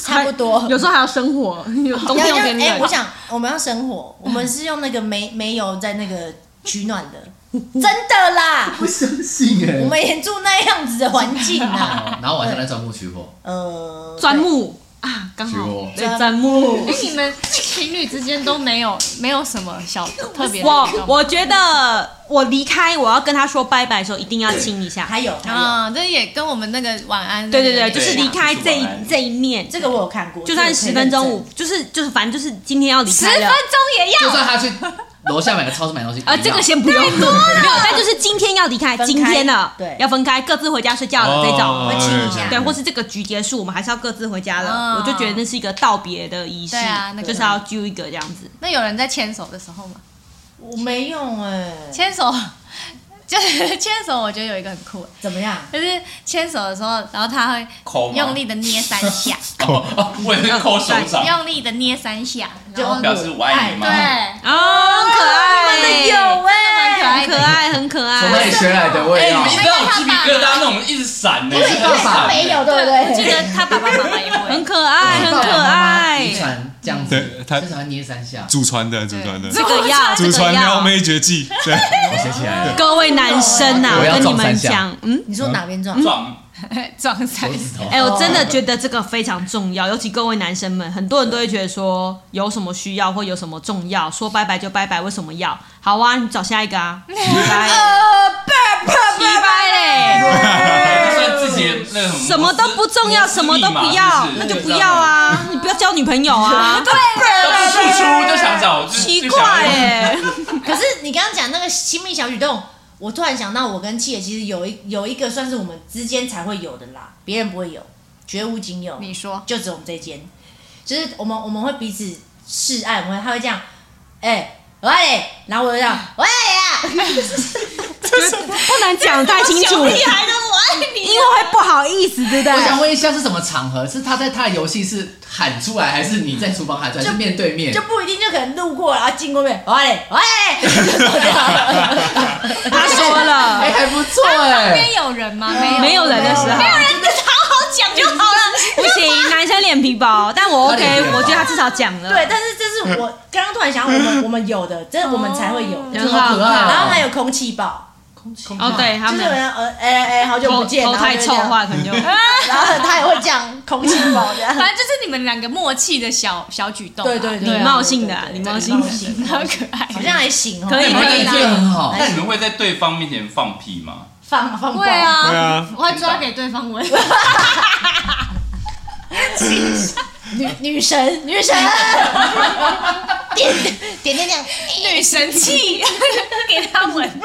S1: 差不多。
S3: 有时候还要生火，有冬
S1: 要
S3: 天
S1: 要
S3: 有点
S1: 哎、我
S3: 冷。
S1: 想我们要生火，我们是用那个煤煤油在那个取暖的，真的啦，
S2: 不相信哎
S1: 我们也住那样子的环境啊。
S2: 然后晚上来钻木取火，
S1: 呃，
S3: 钻木啊，刚
S2: 取
S3: 好
S2: 火
S3: 对钻木。
S6: 哎，你们情侣之间都没有没有什么小特别的
S3: 我
S6: 运动吗
S3: 我觉得我离开，我要跟他说拜拜的时候，一定要亲一下。
S1: 还有还有、
S6: 啊，这也跟我们那个晚安那
S3: 对
S6: 个
S3: 对
S6: 有
S3: 对，
S6: 点
S3: 就是
S4: 对
S3: 离
S6: 像
S3: 开
S4: 就是
S3: 这一
S4: 晚安
S3: 这一面，
S1: 这个我有看过，
S3: 就算十分钟五，就是就是反正就是今天要离
S6: 十
S3: 开
S6: 分
S3: 了。
S6: 钟也
S2: 就
S6: 要。
S2: 算他去楼下买个超市买东西
S3: 啊，这个先不用，太多 了。没有，但就是今天要离开，
S1: 分开
S3: 今天了，
S1: 对
S3: 要分开，各自回家睡觉了这种。
S5: 哦
S1: 会亲一下
S3: 对，或是这个局结束，我们还是要各自回家了。
S6: 嗯
S3: 我就觉得那是一个道别的仪式，
S6: 对啊那个
S3: 就是要揪一个这样子。
S6: 那有人在牵手的时候吗？
S1: 我没用哎、
S6: 牵手，就是牵手，我觉得有一个很酷，
S1: 怎么样？
S6: 就是牵手的时候，然后他会
S4: 抠吗
S6: 用力的捏三 下，
S4: 哦 哦我也
S3: 嗯
S4: 是抠手
S3: 啊
S4: 掌，
S6: 用力的捏三下，
S1: 就
S6: 然后
S4: 表示我爱你
S6: 对，
S4: 吗？
S3: 哦，很可
S1: 真
S3: 爱，
S1: 的有哎、
S6: 哎
S3: 很可爱，很可
S2: 从哪里
S3: 爱。
S2: 学来的？我
S4: 哎，
S2: 也
S4: 你
S2: 要
S4: 们。知道我鸡皮疙瘩那种一直闪的，欸
S1: 对，都没有，对不
S6: 我记
S1: 对？
S6: 得他爸爸妈妈也
S3: 很
S6: 会。
S3: 可爱，很
S2: 爸
S3: 可
S2: 爸妈妈遗
S3: 爱。
S2: 传这样子，
S5: 对他
S2: 经常捏三下，
S5: 祖传的，祖传的，
S3: 这个要，这
S5: 祖
S3: 个
S5: 传撩
S3: 要。
S5: 妹绝技，对，
S2: 我写起来了。
S3: 各位男生呐、
S2: 我要
S3: 跟你
S2: 撞
S3: 们
S2: 三下
S3: 讲，嗯，
S1: 你说哪边撞？
S4: 撞
S6: 撞三
S2: 手指头，
S3: 哎、我真的觉得这个非常重要，尤其各位男生们，很多人都会觉得说有什么需要或有什么重要，说拜拜就拜拜，为什么要？好啊，你找下一个啊，拜拜，
S6: 呃
S3: 拜拜 嘞，
S4: 那算自己的那种
S3: 什么都不重要，什么都不 要，那就不要，啊，你不要交女朋友啊，
S4: 都不 付出就想找，就
S3: 奇
S4: 就想
S3: 怪
S4: 要
S3: 哎、
S1: 可是你刚刚讲那个亲密小举动，我突然想到，我跟七爷其实有一有一个算是我们之间才会有的啦，别人不会有，绝无仅有。
S6: 你说
S1: 就只有我们这一间，就是我们我们会彼此示爱，我们他会这样，哎、我爱你，然后我就这样，我爱你啊，
S3: 不能讲太清楚，因
S1: 孩的我爱你，
S3: 为会不好意思，对不
S2: 我
S3: 对？
S2: 想问一下是什么场合？是他在他的游戏是喊出来，还是你在厨房喊出来？
S1: 就是
S2: 面对面
S1: 就？不一定，就可能路过然后经过面，我 爱你，啊我爱你，就这样
S3: 他说了
S2: 哎，。还不错
S6: 旁
S2: 哎。
S6: 边有人吗？没有，
S3: 没有人的时候
S6: 没有人的时候，好好讲就好了。
S3: 不行，男生脸皮薄，但我
S2: 他脸
S3: OK，
S2: 皮薄
S3: 我觉得他至少讲了。
S1: 对，但是这是我刚刚突然想到，我们我们有的，这是我们才会有的，
S3: 很好
S2: 可爱哦
S1: 然后还有空气爆。
S3: 哦，对他
S1: 就是
S3: 们
S1: 有人呃哎哎，好久
S3: 头
S1: 不见，
S3: 头太臭的
S1: 了，
S3: 话，可能就
S1: 然后他也会这样空气包这样，
S6: 反正就是你们两个默契的小小举动啊，
S1: 对对对，
S3: 礼貌性的啊
S1: 对
S3: 礼貌
S1: 对
S3: 性的
S1: 对礼貌
S6: 好可爱。啊
S1: 好像还行哦，
S3: 可以
S2: 你们
S3: 可以
S2: 这个很
S3: 哎
S2: 好，
S4: 那你们会在对方面前放屁吗？
S1: 放放包，
S6: 会
S5: 对
S6: 啊，
S5: 啊，
S6: 我会抓给对方闻。
S1: 女女神女神，点点点点，
S6: 女神气， 给他闻。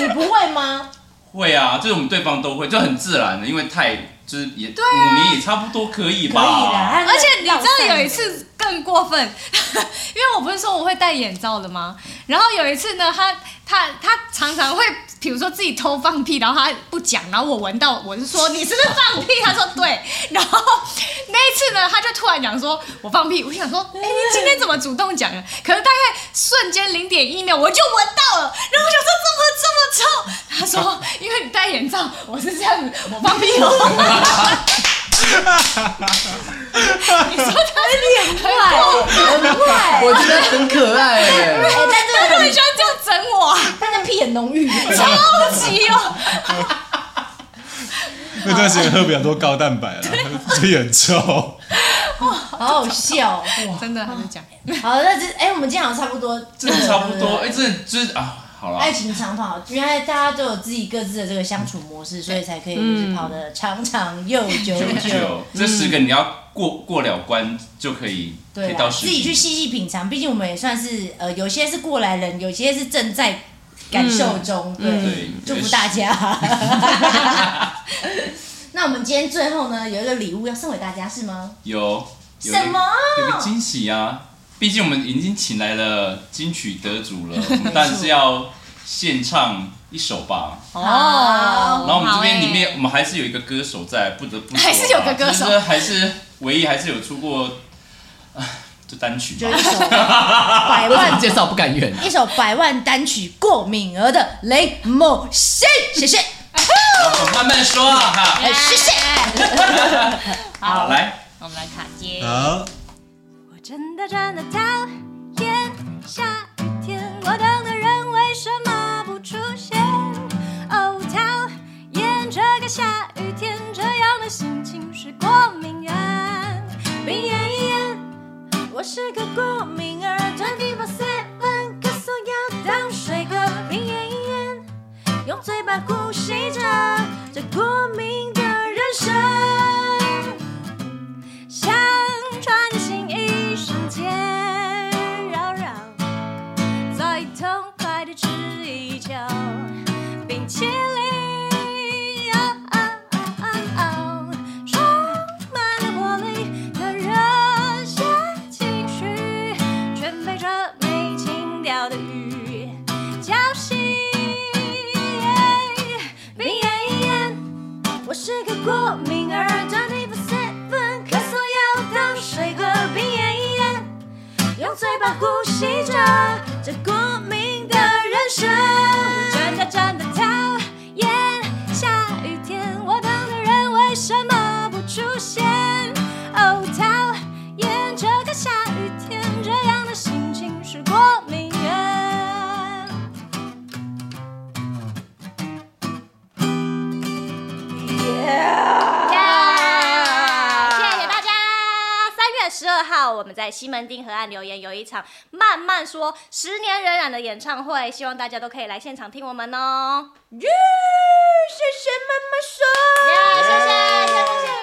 S1: 你不会吗？
S4: 会啊，就是我们对方都会，就很自然的，因为太就是也五年也差不多可
S1: 啊可以
S4: 以吧。
S1: 的，
S6: 而且你知道有一次更过分，因为我不是说我会戴眼罩的吗？然后有一次呢，他他他常常会，比如说自己偷放屁，然后他不讲，然后我闻到，我是说你是不是放屁？他说对。然后那一次呢，他就突然讲说我放屁，我想说，哎、你今天怎么主动讲了？可是大概瞬间零点一秒我就闻到了，然后我想说怎么这么臭？他说因为你戴眼罩，我是这样子，我放屁哦。 哎你说他脸坏，
S2: 我觉得很可爱哎。
S1: 哎，但
S6: 他
S1: 这
S6: 就
S1: 个
S6: 很喜欢这样整我啊，
S1: 但是屁很浓郁，
S6: 超级哦。
S5: 那段时间喝比较多高蛋白了，所以很臭。
S1: 好好笑哦。
S6: 真的，他就讲，
S1: 好，那这哎，我们今天好像差不多，
S4: 真的差不 多，
S1: 对。对对
S4: 哎，真的就是啊，好了
S1: 爱，情长跑，原来大家都有自己各自的这个相处模式，所以才可以就是跑得长长又久
S4: 久
S1: 久。
S4: 久，这十个你要过过了关就可以，可
S1: 对
S4: 以到
S1: 啦，
S4: 十
S1: 自
S4: 个。
S1: 己去细细品尝，毕竟我们也算是呃，有些是过来人，有些是正在感受中，对
S4: 对，
S1: 祝福大家。
S4: 嗯
S1: 那我们今天最后呢，有一个礼物要送给大家，是吗？
S4: 有有
S1: 什么
S4: 有个惊喜啊！毕竟我们已经请来了金曲得主了，我 们当然是要献唱一首吧。
S6: 哦
S4: 然后我们这边里
S6: 好欸
S4: 面，我们还是有一个歌手在，不得不说啊
S6: 还是有个歌手
S4: 就是还是唯一还是有出过，啊就单曲
S1: 就
S4: 吧
S1: 是。一首百
S2: 为什么
S1: 万
S2: 介绍不敢远？
S1: 一首百万单曲过敏儿的雷某信，谢谢，
S4: 好慢慢说啊哈。
S1: 哎谢谢。
S4: 好，来。
S8: 我们来卡接。
S5: 好，
S6: 我真的真的讨厌下雨天，我等的人为什么不出现？哦，讨厌这个下雨天，这样的心情是过敏儿。鼻炎一我是个过敏儿，专地把水分咳嗽药当水喝。鼻炎一用嘴巴呼吸着这过敏的人生。想穿的新衣，瞬间扰攘，最痛快的追求，冰淇淋。哦哦哦哦哦充满了活力的热血情绪，全被这没情调的雨浇熄。冰眼一眼。我是个过敏儿，专地把水分咳嗽药当水喝，鼻炎一样，用嘴巴呼吸着这过敏的人生。真的真的讨厌下雨天，我等的人为什么不出现？哦，讨厌这个下雨天，这样的心情是过敏源。谢谢大家！三月十二号，我们在西门町河岸留言有一场《慢慢说》十年荏苒的演唱会，希望大家都可以来现场听我们哦。耶！谢谢慢慢说，谢谢谢谢谢谢。